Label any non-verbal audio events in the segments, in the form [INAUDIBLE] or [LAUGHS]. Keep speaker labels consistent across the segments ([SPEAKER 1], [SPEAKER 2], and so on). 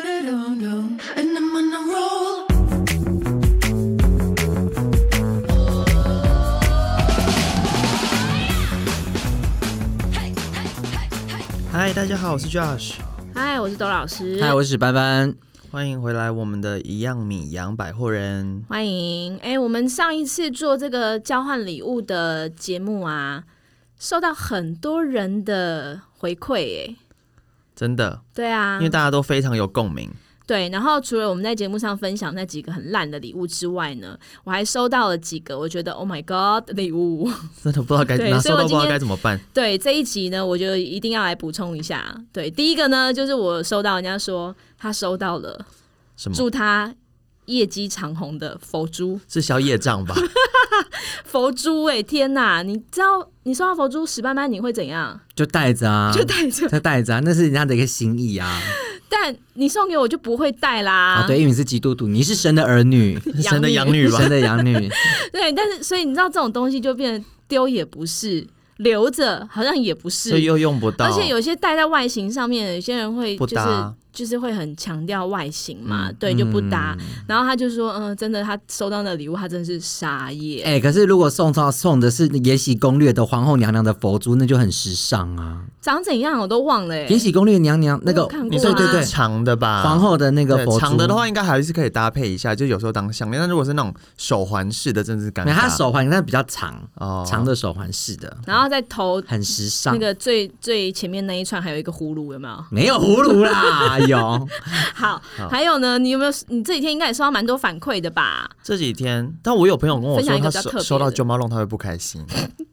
[SPEAKER 1] And I'm on a roll. Hey, hey, hey, hey.
[SPEAKER 2] 嗨，大家好，我是 Josh，
[SPEAKER 3] 嗨，我是窦老师，
[SPEAKER 4] 嗨，我是班班。
[SPEAKER 2] 欢迎回来我们的一样米阳百货人。
[SPEAKER 3] 欢迎。哎、我们上一次做这个交换礼物的节目啊，受到很多人的回馈，哎，
[SPEAKER 2] 真的，
[SPEAKER 3] 对啊
[SPEAKER 2] 因为，大家都非常有共鸣，
[SPEAKER 3] 对。然后除了我们在节目上分享那几个很烂的礼物之外呢，我还收到了几个我觉得 Oh my God 的礼物。 [LAUGHS]
[SPEAKER 2] 真的不知道该
[SPEAKER 3] 对
[SPEAKER 2] 拿
[SPEAKER 3] 所
[SPEAKER 2] 收
[SPEAKER 3] 以我
[SPEAKER 2] 到不知道
[SPEAKER 3] 今天
[SPEAKER 2] 该怎么办。
[SPEAKER 3] 对这一集呢，我就一定要来补充一下。对，第一个呢，就是我收到人家说他收到了
[SPEAKER 2] 什么？
[SPEAKER 3] 祝他业绩长虹的佛珠。
[SPEAKER 2] 是小野账
[SPEAKER 3] [LAUGHS]
[SPEAKER 2] 吧？
[SPEAKER 3] 佛珠哎、天哪！你知道你收到佛珠史斑斑你会怎样？
[SPEAKER 4] 就带着啊，
[SPEAKER 3] 就
[SPEAKER 2] [LAUGHS]
[SPEAKER 3] 带着，
[SPEAKER 4] 就带着啊，那是人家的一个心意啊。
[SPEAKER 3] 但你送给我就不会带啦。
[SPEAKER 4] 啊，对，因为你是基督徒，你是神的儿女，
[SPEAKER 2] 是神的养女吧？
[SPEAKER 4] 神的养
[SPEAKER 3] [LAUGHS]
[SPEAKER 4] 女，
[SPEAKER 3] 对但是所以你知道这种东西就变成丢也不是，留着好像也不
[SPEAKER 2] 所以
[SPEAKER 3] 是。
[SPEAKER 2] 又用不到。
[SPEAKER 3] 而且有些戴在外形上面，有些人会
[SPEAKER 2] 不
[SPEAKER 3] 就是
[SPEAKER 2] 搭
[SPEAKER 3] 就是会很强调外形嘛，
[SPEAKER 2] 嗯
[SPEAKER 3] 对，就不搭。然后他就说，嗯，真的，他收到那礼物，他真是傻眼。
[SPEAKER 4] 哎、可是如果送到送的是《延禧攻略》的皇后娘娘的佛珠，那就很时尚啊。
[SPEAKER 3] 长怎样我都忘了、
[SPEAKER 4] 延
[SPEAKER 3] 欸。
[SPEAKER 4] 禧攻略》娘娘那
[SPEAKER 3] 我
[SPEAKER 4] 个
[SPEAKER 3] 有看，过
[SPEAKER 2] 你
[SPEAKER 4] 对
[SPEAKER 2] 说
[SPEAKER 4] 对
[SPEAKER 3] 啊
[SPEAKER 4] 对，
[SPEAKER 2] 长的吧？
[SPEAKER 4] 皇后的那个
[SPEAKER 2] 对
[SPEAKER 4] 佛珠，
[SPEAKER 2] 长的的话，应该还是可以搭配一下，就有时候当项链。但如果是那种手环式的，真的是尴
[SPEAKER 4] 没
[SPEAKER 2] 尬。
[SPEAKER 4] 有，她手环但比较长，
[SPEAKER 2] 哦
[SPEAKER 4] 长的手环式的，
[SPEAKER 3] 然后在头
[SPEAKER 4] 很时尚。
[SPEAKER 3] 那个最最前面那一串还有一个葫芦，有没有？
[SPEAKER 4] 没有葫
[SPEAKER 3] [LAUGHS]
[SPEAKER 4] 芦啦，有
[SPEAKER 3] 好，还有呢，你有没有？你这几天应该也收到蛮多反馈的吧？
[SPEAKER 2] 这几天，但我有朋友跟我
[SPEAKER 3] 分享
[SPEAKER 2] 说，
[SPEAKER 3] 一
[SPEAKER 2] 他
[SPEAKER 3] 个比较特
[SPEAKER 2] 收
[SPEAKER 3] 别
[SPEAKER 2] 收到
[SPEAKER 3] 的
[SPEAKER 2] Jo Malone 他会不开心。 [LAUGHS]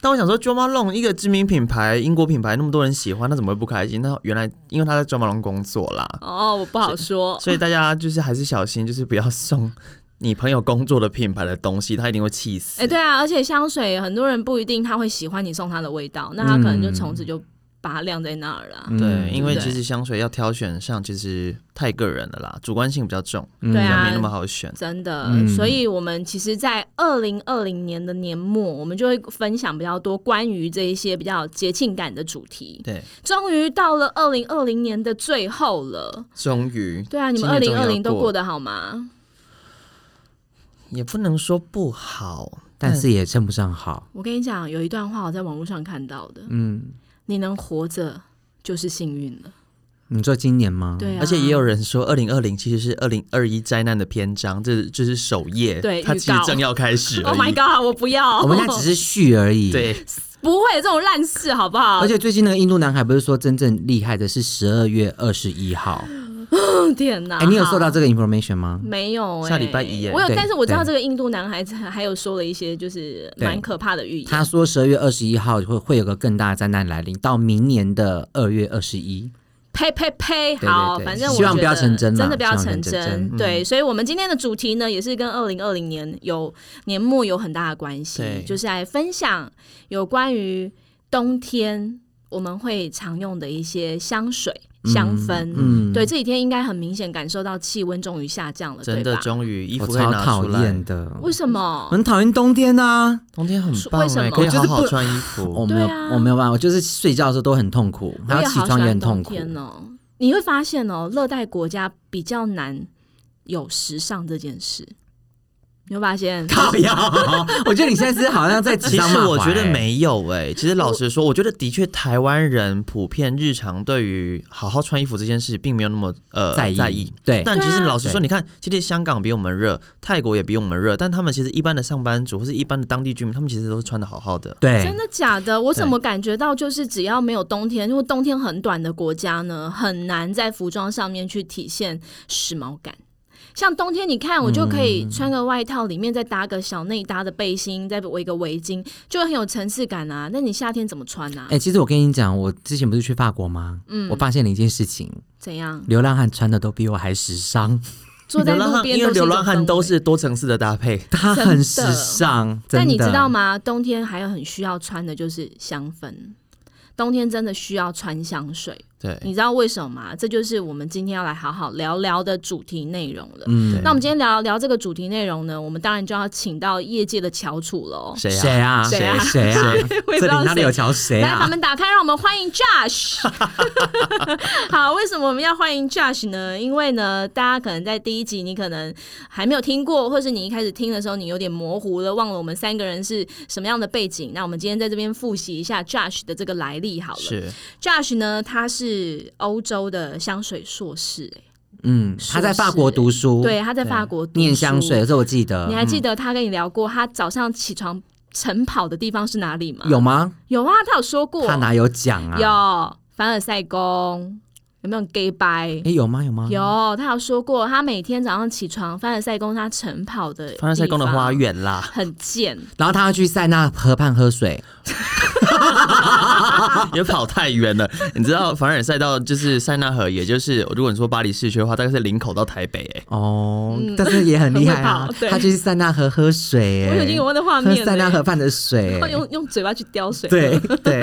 [SPEAKER 2] 但我想说，Jo Malone 一个知名品牌，英国品牌，那么多人喜欢，他怎么会不开心？那原来因为他在 Jo Malone 工作啦，
[SPEAKER 3] 哦，我不
[SPEAKER 2] [LAUGHS]
[SPEAKER 3] 好说。
[SPEAKER 2] 所以大家就是还是小心，就是不要送你朋友工作的品牌的东西，他一定会气死。
[SPEAKER 3] 哎、对啊，而且香水很多人不一定他会喜欢你送他的味道，那他可能就从此就把它晾在那儿了。
[SPEAKER 4] 嗯
[SPEAKER 2] 对，因为
[SPEAKER 3] 对
[SPEAKER 2] 其实香水要挑选上，其实太个人了啦，主观性比较重，
[SPEAKER 3] 对啊
[SPEAKER 2] 没那么好选。
[SPEAKER 3] 真的，
[SPEAKER 4] 嗯
[SPEAKER 3] 所以我们其实，在二零二零年的年末，我们就会分享比较多关于这一些比较节庆感的主题。
[SPEAKER 2] 对，
[SPEAKER 3] 终于到了二零二零年的最后了，
[SPEAKER 2] 终于
[SPEAKER 3] 对啊，你们
[SPEAKER 2] 今
[SPEAKER 3] 二
[SPEAKER 2] 年终于
[SPEAKER 3] 零
[SPEAKER 2] 要
[SPEAKER 3] 二零都
[SPEAKER 2] 过
[SPEAKER 3] 过得好吗？
[SPEAKER 2] 也不能说不好，
[SPEAKER 4] 但是也称不上好。
[SPEAKER 3] 我跟你讲，有一段话我在网络上看到的，
[SPEAKER 4] 嗯，
[SPEAKER 3] 你能活着就是幸运了。
[SPEAKER 4] 你说今年吗？
[SPEAKER 3] 对、啊，
[SPEAKER 2] 而且也有人说，二零二零其实是二零二一灾难的篇章，这这是首页，
[SPEAKER 3] 对
[SPEAKER 2] 它
[SPEAKER 3] 预
[SPEAKER 2] 其实
[SPEAKER 3] 告
[SPEAKER 2] 正要开始而
[SPEAKER 3] [LAUGHS] Oh
[SPEAKER 2] 已。
[SPEAKER 3] my god！我不要，
[SPEAKER 4] 我
[SPEAKER 3] [LAUGHS]
[SPEAKER 4] 们现在只是续而已。，
[SPEAKER 2] 对，
[SPEAKER 3] 不会有这种烂事，好不好？
[SPEAKER 4] 而且最近那个印度男孩不是说真正厉害的是十二月二十一号？
[SPEAKER 3] 哦天哪！
[SPEAKER 4] 哎、你有收到
[SPEAKER 3] 好？
[SPEAKER 4] 这个 information 吗？
[SPEAKER 3] 没有、哎
[SPEAKER 2] 下礼拜一耶
[SPEAKER 3] 我有，
[SPEAKER 4] 对
[SPEAKER 3] 但是我知道
[SPEAKER 4] 对
[SPEAKER 3] 这个印度男孩子还有说了一些就是
[SPEAKER 4] 对
[SPEAKER 3] 蛮可怕的预言。
[SPEAKER 4] 他说十二月二十一号会会有个更大的灾难来临，到明年的二月二十一。
[SPEAKER 3] 呸呸呸！
[SPEAKER 4] 对
[SPEAKER 3] 好，
[SPEAKER 4] 对
[SPEAKER 3] 反正我
[SPEAKER 4] 希望
[SPEAKER 3] 觉
[SPEAKER 4] 不要
[SPEAKER 3] 得
[SPEAKER 4] 成真啦
[SPEAKER 3] 真的不要
[SPEAKER 4] 希望不要
[SPEAKER 3] 成
[SPEAKER 4] 成真嗯
[SPEAKER 3] 真。对，所以我们今天的主题呢，也是跟二零二零年有年末有很大的关系
[SPEAKER 2] 对，
[SPEAKER 3] 就是来分享有关于冬天我们会常用的一些香水、香氛。
[SPEAKER 4] 嗯
[SPEAKER 3] 对，，这几天应该很明显感受到气温终于下降了，
[SPEAKER 2] 真
[SPEAKER 3] 对
[SPEAKER 2] 的
[SPEAKER 3] 吧？
[SPEAKER 2] 终于衣服
[SPEAKER 4] 我
[SPEAKER 2] 可以
[SPEAKER 4] 超
[SPEAKER 2] 拿
[SPEAKER 4] 讨
[SPEAKER 2] 出来
[SPEAKER 4] 厌，的，
[SPEAKER 3] 为什么？
[SPEAKER 4] 很讨厌冬天啊！
[SPEAKER 2] 冬天很
[SPEAKER 3] 是
[SPEAKER 2] 棒
[SPEAKER 3] 为什
[SPEAKER 2] 哎，
[SPEAKER 3] 么
[SPEAKER 2] 可以好
[SPEAKER 4] 我就是
[SPEAKER 2] 好
[SPEAKER 4] 不
[SPEAKER 2] 穿衣 [LAUGHS]
[SPEAKER 4] 我
[SPEAKER 2] 服。
[SPEAKER 4] 没有，
[SPEAKER 3] 对啊
[SPEAKER 4] 我没有办法，我就是睡觉的时候都很痛苦，还
[SPEAKER 3] 我
[SPEAKER 4] 有
[SPEAKER 3] 也
[SPEAKER 4] 起
[SPEAKER 3] 好喜
[SPEAKER 4] 床也
[SPEAKER 3] 欢
[SPEAKER 4] 很痛
[SPEAKER 3] 冬
[SPEAKER 4] 苦。
[SPEAKER 3] 天哦。你会发现哦，热带国家比较难有时尚这件事，你会发
[SPEAKER 4] [LAUGHS]
[SPEAKER 3] 现。
[SPEAKER 4] 靠腰，我觉得你现在是好像在指
[SPEAKER 2] 其
[SPEAKER 4] 桑
[SPEAKER 2] 实
[SPEAKER 4] 骂槐
[SPEAKER 2] 我觉得
[SPEAKER 4] 欸
[SPEAKER 2] 没有哎、其实老实说，我觉得的确台湾人普遍日常对于好好穿衣服这件事并没有那么呃
[SPEAKER 4] 在意，
[SPEAKER 2] 在意。
[SPEAKER 4] 对，
[SPEAKER 2] 但其实
[SPEAKER 3] 对啊
[SPEAKER 2] 老实说，
[SPEAKER 4] 对
[SPEAKER 2] 你看，其实香港比我们热，泰国也比我们热，但他们其实一般的上班族或是一般的当地居民，他们其实都是穿的好好的。
[SPEAKER 4] 对
[SPEAKER 3] 真的假的？我怎么感觉到就是只要没有冬天，因为冬天很短的国家呢，很难在服装上面去体现时髦感。像冬天，你看我就可以穿个外套，里面再搭个小内搭的背心，再围个围巾，就很有层次感啊。那你夏天怎么穿啊
[SPEAKER 4] 哎、？其实我跟你讲，我之前不是去法国吗？嗯，我发现了一件事情，
[SPEAKER 3] 怎样？
[SPEAKER 4] 流浪汉穿的都比我还时尚，
[SPEAKER 3] 坐在
[SPEAKER 2] 流浪
[SPEAKER 3] 路
[SPEAKER 2] 汉，
[SPEAKER 3] 边
[SPEAKER 2] 因为
[SPEAKER 3] 都是一
[SPEAKER 2] 流
[SPEAKER 3] 种
[SPEAKER 2] 浪汉都
[SPEAKER 3] 氛围。
[SPEAKER 2] 是多层次的搭
[SPEAKER 3] [LAUGHS]
[SPEAKER 2] 配，
[SPEAKER 4] 他很时尚。真
[SPEAKER 3] 但
[SPEAKER 4] 的
[SPEAKER 3] 你知道？吗？冬天还有很需要穿的就是香氛，冬天真的需要穿香水。
[SPEAKER 2] 对，
[SPEAKER 3] 你知道为什么吗？这就是我们今天要来好好聊聊的主题内容了。
[SPEAKER 4] 嗯
[SPEAKER 2] 对，
[SPEAKER 3] 那我们今天聊聊这个主题内容呢，我们当然就要请到业界的翘楚哦喽。
[SPEAKER 2] 谁呀、
[SPEAKER 4] 谁啊？
[SPEAKER 3] 谁啊
[SPEAKER 4] 谁啊？
[SPEAKER 3] [LAUGHS] 我也不
[SPEAKER 4] 这
[SPEAKER 3] 知道
[SPEAKER 4] 里哪里
[SPEAKER 3] 谁
[SPEAKER 4] 有桥谁
[SPEAKER 3] 来，把
[SPEAKER 4] 啊？
[SPEAKER 3] 门打开，让我们欢迎 Josh。好，为什么我们要欢迎 Josh 呢？因为呢，大家可能在第一集你可能还没有听过，或是你一开始听的时候你有点模糊了，忘了我们三个人是什么样的背景。那我们今天在这边复习一下 Josh 的这个来历好了。
[SPEAKER 2] 是
[SPEAKER 3] Josh 呢，他是欧洲的香水硕士、欸
[SPEAKER 4] 嗯，他在法国读书，
[SPEAKER 3] 对，，他在法国读
[SPEAKER 4] 哦念香水，嗯
[SPEAKER 3] 书。
[SPEAKER 4] 这我记得
[SPEAKER 3] 你。还记得他跟你聊过，他早上起床晨跑的地方是哪里吗？
[SPEAKER 4] 嗯有吗？
[SPEAKER 3] 有啊，他有说过。
[SPEAKER 4] 他哪有讲啊？
[SPEAKER 3] 有凡尔赛宫，有没有 gay 拜？
[SPEAKER 4] 诶，有吗？有吗？
[SPEAKER 3] 有，他有说过，他每天早上起床，凡尔赛宫他晨跑的
[SPEAKER 2] 凡尔赛宫的花
[SPEAKER 3] 地
[SPEAKER 2] 园啦，
[SPEAKER 3] 方很贱，
[SPEAKER 4] 然后他要去塞纳河畔喝水，
[SPEAKER 2] [LAUGHS] 也跑太远了。你知道凡尔赛到就是塞纳河，也就是如果你说巴黎市区的话，大概是林口到台北、欸。
[SPEAKER 4] 哦，但是也很厉害
[SPEAKER 3] 嗯 [LAUGHS]
[SPEAKER 4] 啊
[SPEAKER 3] 很会跑，对
[SPEAKER 4] 他去塞纳河喝水，
[SPEAKER 3] 我
[SPEAKER 4] 诶
[SPEAKER 3] 已经有我的画
[SPEAKER 4] 喝
[SPEAKER 3] 面
[SPEAKER 4] [LAUGHS] 塞纳河
[SPEAKER 3] 了。
[SPEAKER 4] 畔
[SPEAKER 3] [LAUGHS]
[SPEAKER 4] 的水，
[SPEAKER 3] 会用用嘴巴去叼水，
[SPEAKER 4] 对
[SPEAKER 3] [LAUGHS]
[SPEAKER 4] 对，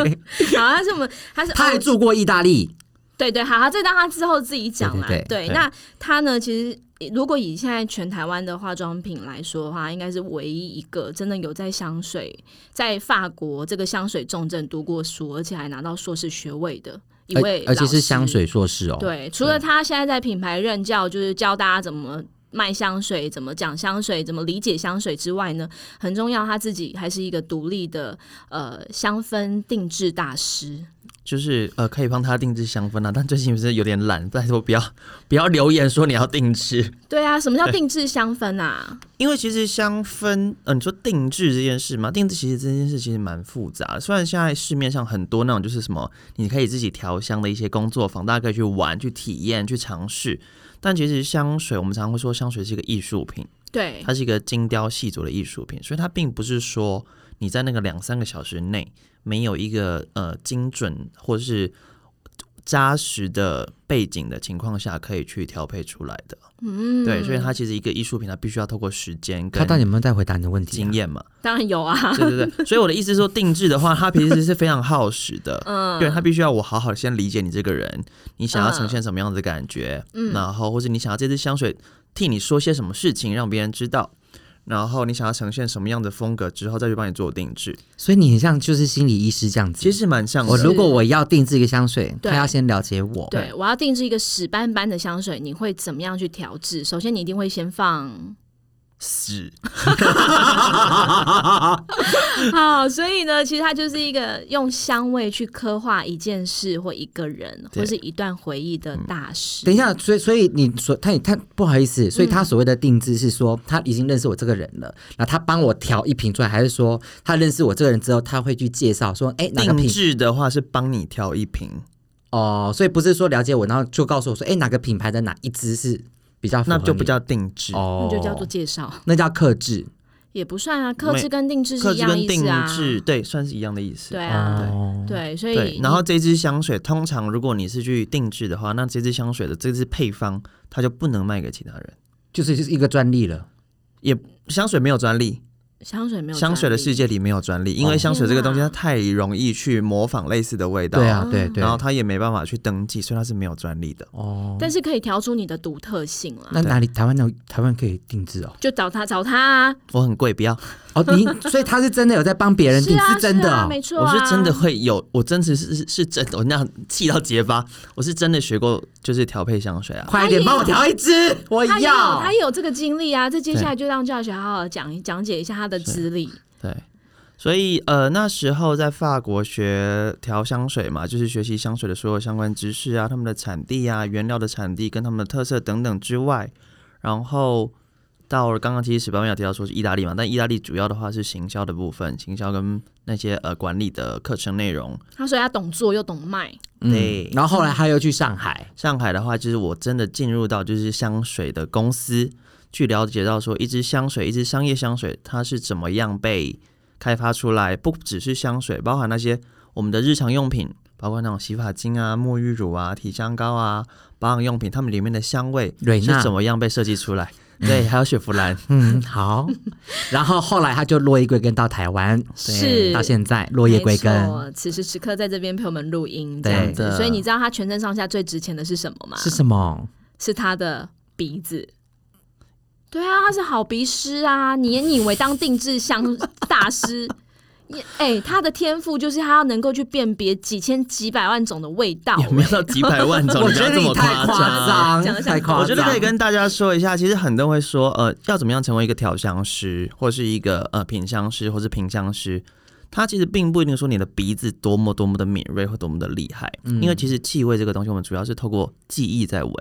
[SPEAKER 3] 好，他是我们，他是
[SPEAKER 4] 他还
[SPEAKER 3] 欧
[SPEAKER 4] 住过意大利，
[SPEAKER 3] 对对，好，好这当他之后自己讲啦。
[SPEAKER 4] 对对
[SPEAKER 2] 对
[SPEAKER 3] 那他呢，其实如果以现在全台湾的化妆品来说的话，应该是唯一一个真的有在香水在法国这个香水重症读过书，而且还拿到硕士学位的一位
[SPEAKER 4] 而而且
[SPEAKER 3] 老
[SPEAKER 4] 是
[SPEAKER 3] 师
[SPEAKER 4] 香。水硕士哦，，
[SPEAKER 3] 对，除了他现在在品牌任教，就是教大家怎么。卖香水，怎么讲香水，怎么理解香水之外呢？很重要，他自己还是一个独立的呃香氛定制大师。
[SPEAKER 2] 就是呃，可以帮他定制香氛啊，但最近不是有点懒，拜托不要不要留言说你要定制，
[SPEAKER 3] 对啊，什么叫定制香氛啊？
[SPEAKER 2] 因为其实香氛，呃，你说定制这件事嘛，定制其实这件事其实蛮复杂的。虽然现在市面上很多那种就是什么，你可以自己调香的一些工作坊，大家可以去玩、去体验、去尝试，但其实香水，我们常会说香水是一个艺术品，
[SPEAKER 3] 对，
[SPEAKER 2] 它是一个精雕细琢的艺术品，所以它并不是说你在那个两三个小时内没有一个呃精准或是扎实的背景的情况下可以去调配出来的。
[SPEAKER 3] 嗯，
[SPEAKER 2] 对，所以它其实一个艺术品，它必须要透过时间
[SPEAKER 4] 他
[SPEAKER 2] 跟
[SPEAKER 4] 到底有没有在回答你的问题啊？
[SPEAKER 2] 经验嘛。
[SPEAKER 3] 当然有啊，
[SPEAKER 2] 对对对，所以我的意思是说，定制的话，它其实是非常耗时
[SPEAKER 4] [LAUGHS]
[SPEAKER 2] 的。
[SPEAKER 3] 嗯，
[SPEAKER 2] 对他必须要我好好先理解你这个人，你想要呈现什么样的感觉，
[SPEAKER 4] 嗯
[SPEAKER 2] 然后或者你想要这支香水替你说些什么事情，让别人知道，然后你想要呈现什么样的风格之后，再去帮你做定制，
[SPEAKER 4] 所以你很像就是心理医师这样子。
[SPEAKER 2] 其实蛮像
[SPEAKER 4] 嗯我
[SPEAKER 2] 的。
[SPEAKER 4] 如果我要定制一个香水，
[SPEAKER 3] 对
[SPEAKER 4] 他要先了解我。
[SPEAKER 3] 对，我要定制一个屎斑斑的香水，你会怎么样去调制？首先，你一定会先放 [LAUGHS]
[SPEAKER 2] 死，
[SPEAKER 3] 好，所以呢，其实它就是一个用香味去刻画一件事或一个人
[SPEAKER 2] 对
[SPEAKER 3] 或是一段回忆的大师。
[SPEAKER 4] 等一，下，所以所以你所他他不好意思，所以他所谓的定制是说他已经认识我这个人了，然后他帮我调一瓶出来，还是说他认识我这个人之后，他会去介绍说，哎，哪个
[SPEAKER 2] 定
[SPEAKER 4] 品
[SPEAKER 2] 制的话是帮你挑一瓶，
[SPEAKER 4] 哦，所以不是说了解我，然后就告诉我说，哎，哪个品牌的哪一支是比较符合
[SPEAKER 2] 那就不
[SPEAKER 4] 你
[SPEAKER 2] 叫定制。
[SPEAKER 4] 哦
[SPEAKER 3] 那，就叫做介绍，
[SPEAKER 4] 那叫克制
[SPEAKER 3] 也不算啊，克制
[SPEAKER 2] 哦没
[SPEAKER 3] 跟定制是
[SPEAKER 2] 克
[SPEAKER 3] 一
[SPEAKER 2] 制
[SPEAKER 3] 样的
[SPEAKER 2] 跟
[SPEAKER 3] 意
[SPEAKER 2] 定
[SPEAKER 3] 思啊。
[SPEAKER 2] 制对，算是一样的意思。
[SPEAKER 3] 对啊，
[SPEAKER 4] 哦。
[SPEAKER 3] 对，嗯所
[SPEAKER 2] 对
[SPEAKER 3] 以，
[SPEAKER 2] 然后这支香水通常如果你是去定制的话，那这支香水的这支配方它就不能卖给其他人。
[SPEAKER 4] 就是就是一个专利了，
[SPEAKER 2] 香水没有专利，
[SPEAKER 3] 你香水没有
[SPEAKER 2] 香水的
[SPEAKER 3] 专利哦
[SPEAKER 2] 世界里没有专利，因为香水这个东西它太容易去模仿类似的味道，
[SPEAKER 4] 对啊，对对
[SPEAKER 2] 然。后它也没办法去登记，所以它是没有专利的。
[SPEAKER 4] 哦，
[SPEAKER 3] 但是可以调出你的独特性啦。
[SPEAKER 4] 那哪里台湾的台湾可以定制哦？
[SPEAKER 3] 就找他找他啊，
[SPEAKER 2] 我很贵，不要，
[SPEAKER 4] 哦，
[SPEAKER 3] [LAUGHS]
[SPEAKER 4] 你所以他是真的有在帮别人
[SPEAKER 3] 是
[SPEAKER 4] 定，
[SPEAKER 3] 啊，
[SPEAKER 4] 真的
[SPEAKER 3] 是啊
[SPEAKER 4] 哦
[SPEAKER 3] 没错
[SPEAKER 2] 我
[SPEAKER 3] 啊，
[SPEAKER 2] 是真的会有，我真是是是是真的，我那样气到结巴，我是真的学过就是调配香水啊。
[SPEAKER 4] 快一点帮我调一支，我
[SPEAKER 2] 哎
[SPEAKER 3] 他也有
[SPEAKER 4] 要
[SPEAKER 3] 他。也有这个经历啊。这接下来就让教学好好讲一讲解一下他的资历。
[SPEAKER 2] 对，所以呃那时候在法国学调香水嘛，就是学习香水的所有相关知识啊，他们的产地啊、原料的产地跟他们的特色等等之外，然后到了刚刚其实史班有提到说是意大利嘛，但意大利主要的话是行销的部分，行销跟那些呃管理的课程内容。
[SPEAKER 3] 他说他懂做又懂卖，
[SPEAKER 2] 对
[SPEAKER 4] 嗯然后后来他又去上海，
[SPEAKER 2] 上海的话，就是我真的进入到就是香水的公司，去了解到说一支香水，一支商业香水，它是怎么样被开发出来，不只是香水，包含那些我们的日常用品，包括那种洗发精啊、沐浴乳啊、体香膏啊、保养用品，它们里面的香味
[SPEAKER 4] 蕊
[SPEAKER 2] 是
[SPEAKER 4] 娜
[SPEAKER 2] 怎么样被设计出来？对，还有雪佛
[SPEAKER 4] [LAUGHS]
[SPEAKER 2] 兰，
[SPEAKER 4] 嗯，好。然后后来他就落叶归根到台湾，
[SPEAKER 3] 是
[SPEAKER 4] 到现在落叶归
[SPEAKER 3] 没
[SPEAKER 4] 根
[SPEAKER 3] 错此时此刻在这边陪我们录音，这
[SPEAKER 4] 嗯对
[SPEAKER 3] 样
[SPEAKER 2] 真
[SPEAKER 3] 子。
[SPEAKER 2] 的
[SPEAKER 3] 所以你知道他全身上下最值钱的是什么吗？
[SPEAKER 4] 是什么？
[SPEAKER 3] 是他的鼻子。对啊，他是好鼻师啊！你你以为当定制香大师？ [LAUGHS] 也哎、他的天赋就是他要能够去辨别几千几百万种的味道、哎
[SPEAKER 2] 也没有到几百万
[SPEAKER 3] 啊
[SPEAKER 2] 种，
[SPEAKER 4] 我
[SPEAKER 2] 你不
[SPEAKER 4] 觉
[SPEAKER 2] 要
[SPEAKER 4] 得
[SPEAKER 2] 这么
[SPEAKER 4] 你太
[SPEAKER 2] 张。
[SPEAKER 4] 夸
[SPEAKER 3] 讲得
[SPEAKER 4] 张，
[SPEAKER 3] 像
[SPEAKER 4] 太夸张。
[SPEAKER 2] 我觉得可以跟大家说一下，其实很多人会说，呃，要怎么样成为一个调香师，或是一个呃品香师，或是评香师，他其实并不一定说你的鼻子多么多么的敏锐或多么的厉害，因为其实气味这个东西，我们主要是透过记忆在闻，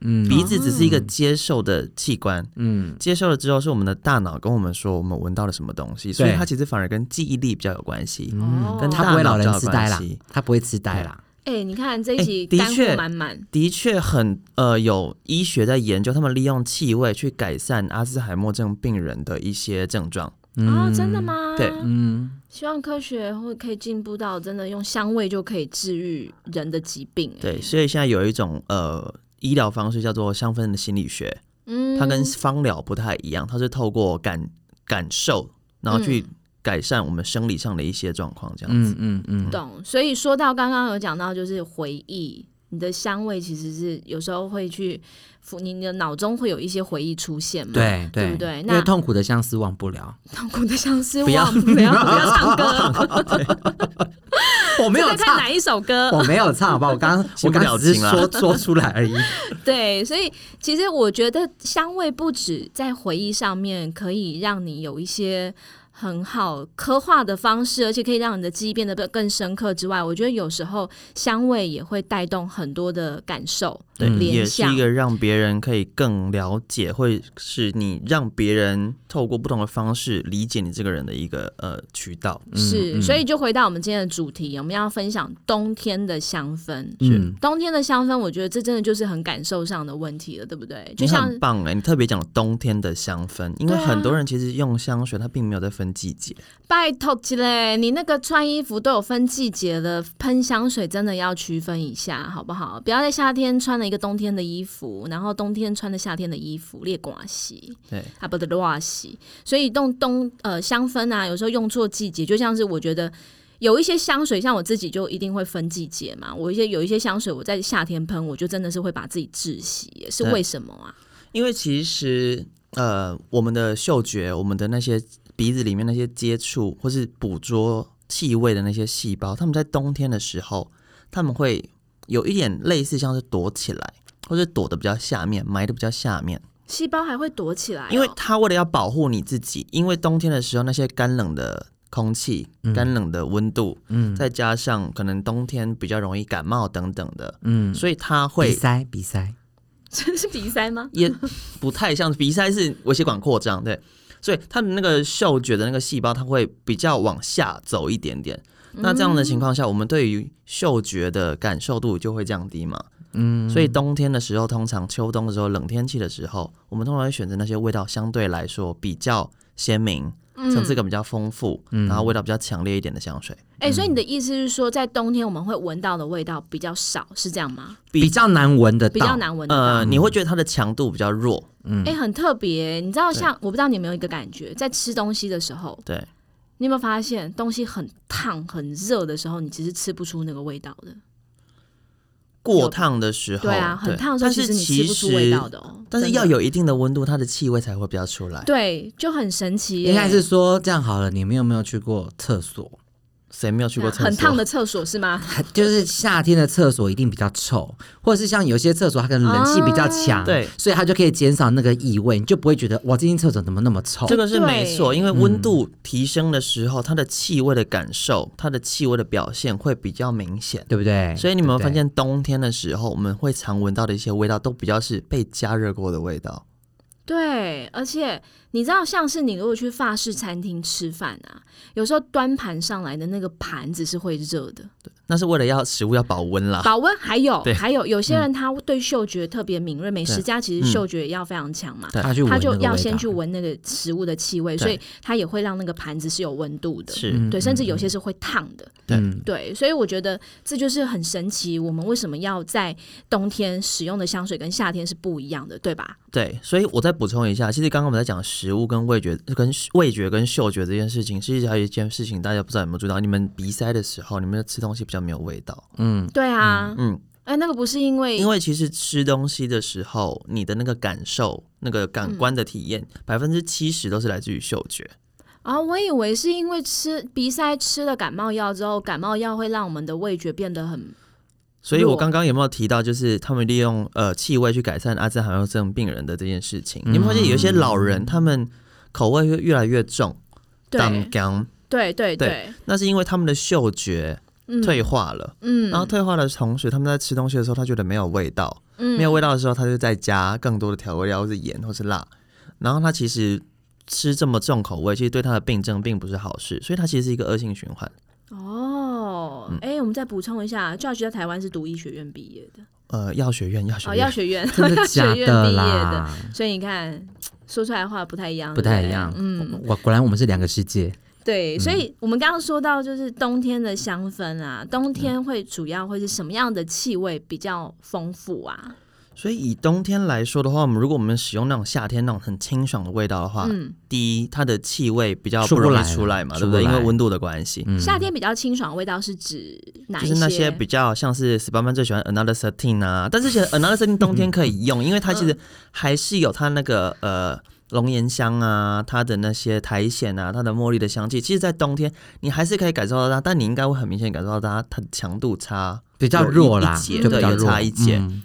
[SPEAKER 4] 嗯
[SPEAKER 2] 鼻子只是一个接受的器官。
[SPEAKER 4] 嗯，
[SPEAKER 2] 接受了之后，是我们的大脑跟我们说我们闻到了什么东西，所以
[SPEAKER 4] 对嗯
[SPEAKER 2] 它其实反而跟记忆力比较有关系。嗯
[SPEAKER 3] 哦
[SPEAKER 2] 跟
[SPEAKER 4] 他不会老人痴呆
[SPEAKER 2] 大脑
[SPEAKER 4] 啦
[SPEAKER 2] 照关系，
[SPEAKER 4] 他不会痴呆啦。
[SPEAKER 3] 哎、你看这一
[SPEAKER 2] 哎
[SPEAKER 3] 集
[SPEAKER 2] 的
[SPEAKER 3] 干
[SPEAKER 2] 确
[SPEAKER 3] 货满满，
[SPEAKER 2] 的确很呃，有医学在研究，他们利用气味去改善阿兹海默症病人的一些症状。
[SPEAKER 3] 啊、真的吗？
[SPEAKER 2] 嗯对
[SPEAKER 4] 嗯，
[SPEAKER 3] 希望科学会可以进步到真的用香味就可以治愈人的疾病、哎，
[SPEAKER 2] 对，所以现在有一种呃医疗方式叫做香氛的心理学，
[SPEAKER 3] 嗯
[SPEAKER 2] 它跟芳疗不太一样，它是透过感感受，然后
[SPEAKER 3] 嗯
[SPEAKER 2] 去改善我们生理上的一些状况，这样子。
[SPEAKER 4] 嗯嗯嗯，
[SPEAKER 3] 懂。所以说到刚刚有讲到，就是回忆，你的香味其实是有时候会去浮，你的脑中会有一些回忆出现嘛？
[SPEAKER 4] 对
[SPEAKER 3] 对
[SPEAKER 4] 对
[SPEAKER 3] 不对
[SPEAKER 4] 因
[SPEAKER 3] 那
[SPEAKER 4] 为痛苦的相思忘不
[SPEAKER 2] [LAUGHS]
[SPEAKER 4] 了。
[SPEAKER 3] 痛苦的相思，
[SPEAKER 2] 不要
[SPEAKER 3] 忘不要不要唱歌，
[SPEAKER 4] 我 [LAUGHS]
[SPEAKER 3] [LAUGHS]
[SPEAKER 4] 没有
[SPEAKER 3] 在看
[SPEAKER 4] 唱
[SPEAKER 3] 哪，一首 [LAUGHS] 歌？
[SPEAKER 4] [LAUGHS] 我没有唱，好吧？我刚
[SPEAKER 2] 新
[SPEAKER 4] 我
[SPEAKER 2] 不
[SPEAKER 4] 刚
[SPEAKER 2] 了
[SPEAKER 4] 只是
[SPEAKER 3] [LAUGHS]
[SPEAKER 2] 情啦
[SPEAKER 4] 说说出来而已。
[SPEAKER 3] 对，所以其实我觉得香味不止在回忆上面可以让你有一些很好刻画的方式，而且可以让你的记忆变得更深刻之外，我觉得有时候香味也会带动很多的感受，
[SPEAKER 2] 对，
[SPEAKER 4] 嗯
[SPEAKER 2] 也是
[SPEAKER 3] 联想
[SPEAKER 2] 一。个让别人可以更了解，或是你让别人透过不同的方式理解你这个人的一个呃渠道。嗯
[SPEAKER 3] 是，所以就回到我们今天的主题，我们要分享冬天的香氛。
[SPEAKER 4] 嗯
[SPEAKER 3] 冬天的香氛，我觉得这真的就是很感受上的问题了，对不对？就
[SPEAKER 2] 你
[SPEAKER 3] 像
[SPEAKER 2] 很棒哎、你特别讲冬天的香氛，因为
[SPEAKER 3] 对啊
[SPEAKER 2] 很多人其实用香水，它并没有在分季节。
[SPEAKER 3] 拜托起嘞，你那个穿衣服都有分季节的，喷香水真的要区分一下，好不好？不要在夏天穿了一个冬天的衣服，然后冬天穿了夏天的衣服，列寡洗
[SPEAKER 2] 对，
[SPEAKER 3] 啊不的乱洗。所以冬冬呃香氛啊，有时候用错季节，就像是我觉得。有一些香水，像我自己就一定会分季节嘛。我一些有一些香水，我在夏天喷，我就真的是会把自己窒息耶，是
[SPEAKER 2] 对
[SPEAKER 3] 为什么啊？
[SPEAKER 2] 因为其实呃，我们的嗅觉，我们的那些鼻子里面那些接触或是捕捉气味的那些细胞，它们在冬天的时候，他们会有一点类似像是躲起来，或者躲得比较下面，埋得比较下面，
[SPEAKER 3] 细胞还会躲起来哦、
[SPEAKER 2] 因为它为了要保护你自己，因为冬天的时候那些干冷的。空气
[SPEAKER 4] 嗯
[SPEAKER 2] 干冷的温度，嗯，再加上可能冬天比较容易感冒等等的，
[SPEAKER 4] 嗯，
[SPEAKER 2] 所以它
[SPEAKER 4] 鼻
[SPEAKER 2] 会
[SPEAKER 4] 塞鼻塞，
[SPEAKER 3] 这是鼻塞吗？
[SPEAKER 2] 也不太像鼻塞是微血管扩张，对，所以它的那个嗅觉的那个细胞，它会比较往下走一点点。
[SPEAKER 3] 嗯
[SPEAKER 2] 那这样的情况下，我们对于嗅觉的感受度就会降低嘛。嗯，所以冬天的时候，通常秋冬的时候，冷天气的时候，我们通常会选择那些味道相对来说比较鲜明、
[SPEAKER 3] 嗯
[SPEAKER 2] 层次感比较丰富，然后味道比较强烈一点的香水。
[SPEAKER 3] 哎、所以你的意思是说，在冬天我们会闻到的味道比较少，是这样吗？
[SPEAKER 4] 比较难闻得到，
[SPEAKER 3] 比较难闻得到。
[SPEAKER 2] 呃，你会觉得它的强度比较弱，
[SPEAKER 3] 哎、很特别。你知道像，我不知道你有没有一个感觉，在吃东西的时候，
[SPEAKER 2] 对，
[SPEAKER 3] 你有没有发现东西很烫、很热的时候，你其实吃不出那个味道的。
[SPEAKER 2] 过烫的时候，
[SPEAKER 3] 对啊，很烫的时候
[SPEAKER 2] 哦但
[SPEAKER 3] 其
[SPEAKER 2] 是
[SPEAKER 3] 实你吃不出味道的哦。
[SPEAKER 2] 但是
[SPEAKER 3] 真的
[SPEAKER 2] 要有一定的温度，它的气味才会比较出来。
[SPEAKER 3] 对，就很神奇耶、
[SPEAKER 4] 应该是说这样好了，你们有没有去过厕所？
[SPEAKER 2] 谁没有去过厕所？
[SPEAKER 3] 很烫的厕所是吗？
[SPEAKER 4] 就是夏天的厕所一定比较臭，或者是像有些厕所它可能冷气比较强，
[SPEAKER 2] 对
[SPEAKER 4] 所以它就可以减少那个异味，你就不会觉得哇，这间厕所怎么那么臭？
[SPEAKER 2] 哦这个是没错，
[SPEAKER 3] 对
[SPEAKER 2] 因为温度提升的时候，它的气味的感受，它的气味的表现会比较明显。
[SPEAKER 4] 对不对？
[SPEAKER 2] 所以你们有没有
[SPEAKER 4] 对
[SPEAKER 2] 发
[SPEAKER 4] 不对
[SPEAKER 2] 现，冬天的时候，我们会常闻到的一些味道，都比较是被加热过的味道。
[SPEAKER 3] 对，而且你知道，像是你如果去法式餐厅吃饭啊，有时候端盘上来的那个盘子是会热的。
[SPEAKER 2] 那是为了要食物要保温
[SPEAKER 4] 啊
[SPEAKER 2] 啦。
[SPEAKER 3] 保温还有
[SPEAKER 2] 对
[SPEAKER 3] 还有有些
[SPEAKER 4] 嗯
[SPEAKER 3] 人他对嗅觉特别敏锐，美食家其
[SPEAKER 2] 嗯
[SPEAKER 3] 实嗅觉也要非常强嘛，
[SPEAKER 2] 对
[SPEAKER 4] 嗯他去闻
[SPEAKER 3] 他
[SPEAKER 4] 那个
[SPEAKER 3] 就
[SPEAKER 4] 味
[SPEAKER 3] 要先
[SPEAKER 4] 道
[SPEAKER 3] 去闻那个食物的气味，
[SPEAKER 2] 对
[SPEAKER 3] 所以他也会让那个盘子是有温度的，
[SPEAKER 2] 是，
[SPEAKER 4] 嗯
[SPEAKER 3] 对，甚至有些是会烫的，
[SPEAKER 4] 嗯
[SPEAKER 3] 对，所以我觉得这就是很神奇，我们为什么要在冬天使用的香水跟夏天是不一样的，对吧？
[SPEAKER 2] 对，所以我再补充一下，其实刚刚我们在讲食物跟味觉、跟味觉跟嗅觉这件事情，其实还有一件事情大家不知道有没有注意到，你们鼻塞的时候，你们吃东西比较没有味道。
[SPEAKER 3] [LAUGHS]
[SPEAKER 4] 嗯
[SPEAKER 3] 对啊，
[SPEAKER 2] 嗯，
[SPEAKER 3] 哎、那个不是因为
[SPEAKER 2] 因为其实吃东西的时候，你的那个感受、那个感
[SPEAKER 3] 嗯
[SPEAKER 2] 官的体验，百分之七十都是来自于嗅觉。
[SPEAKER 3] 啊、我以为是因为吃鼻塞吃了感冒药之后，感冒药会让我们的味觉变得很
[SPEAKER 2] 所以我
[SPEAKER 3] 弱
[SPEAKER 2] 刚刚有没有提到，就是他们利用呃气味去改善阿兹海默症病人的这件事情？你们发现有一些老人，他们口味会越来越重，
[SPEAKER 3] 嗯对
[SPEAKER 2] 淡干
[SPEAKER 3] 对对
[SPEAKER 2] 对
[SPEAKER 3] 对，
[SPEAKER 2] 那是因为他们的嗅觉
[SPEAKER 3] 嗯
[SPEAKER 2] 退化了。
[SPEAKER 3] 嗯，
[SPEAKER 2] 然后退化的同时，他们在吃东西的时候，他觉得没有味道，
[SPEAKER 3] 嗯
[SPEAKER 2] 没有味道的时候，他就再加更多的调味料，或是盐，或是辣。然后他其实吃这么重口味，其实对他的病症并不是好事，所以他其实是一个恶性循环。
[SPEAKER 3] 哦，哎、我们再补充一下，Judge 在台湾是读医学院毕业的，
[SPEAKER 2] 呃，药学院，药学
[SPEAKER 3] 哦，
[SPEAKER 2] 院，
[SPEAKER 3] 药学院， [LAUGHS]
[SPEAKER 4] 真
[SPEAKER 3] 药
[SPEAKER 4] 的
[SPEAKER 3] 学
[SPEAKER 4] 假
[SPEAKER 3] 院毕
[SPEAKER 4] 的
[SPEAKER 3] 业
[SPEAKER 4] 啦
[SPEAKER 3] 的，？所以你看说出来的话不太一样，
[SPEAKER 4] 不太
[SPEAKER 3] 对
[SPEAKER 4] 一
[SPEAKER 3] 对
[SPEAKER 4] 样。
[SPEAKER 3] 嗯，
[SPEAKER 4] 我果然我们是两个世界。
[SPEAKER 3] 对，
[SPEAKER 2] 嗯
[SPEAKER 3] 所以我们刚刚说到就是冬天的香氛啊，冬
[SPEAKER 2] 嗯
[SPEAKER 3] 天会主要会是什么样的气味比较丰富啊？
[SPEAKER 2] 所以以冬天来说的话，我们如果我们使用那种夏天那种很清爽的味道的话，
[SPEAKER 3] 嗯，
[SPEAKER 2] 第一，它的气味比较
[SPEAKER 4] 出
[SPEAKER 2] 不
[SPEAKER 4] 不
[SPEAKER 2] 容
[SPEAKER 4] 来
[SPEAKER 2] 易出来嘛，对不
[SPEAKER 4] 出
[SPEAKER 2] 对？
[SPEAKER 4] 不
[SPEAKER 2] 因
[SPEAKER 4] 来
[SPEAKER 2] 为温度的关系。
[SPEAKER 4] 嗯，
[SPEAKER 3] 夏天比较清爽的味道是指哪
[SPEAKER 2] 就
[SPEAKER 3] 一
[SPEAKER 2] 是那些比较像是 s p a m a n 最喜欢 Another Thirteen 啊，但是
[SPEAKER 3] [LAUGHS]
[SPEAKER 2] 其实 Another Thirteen 冬天可以用，因为它其
[SPEAKER 3] 嗯
[SPEAKER 2] 实还是有它那个呃龙涎香啊，它的那些苔藓啊，它的茉莉的香气。其实，在冬天你还是可以感受到它，但你应该会很明显感受到它它的强度差。
[SPEAKER 4] 比较
[SPEAKER 2] 有一
[SPEAKER 4] 弱
[SPEAKER 2] 一
[SPEAKER 4] 啦，
[SPEAKER 2] 节
[SPEAKER 4] 就
[SPEAKER 2] 对
[SPEAKER 4] 比较
[SPEAKER 2] 有
[SPEAKER 4] 弱
[SPEAKER 2] 差一节
[SPEAKER 4] 嗯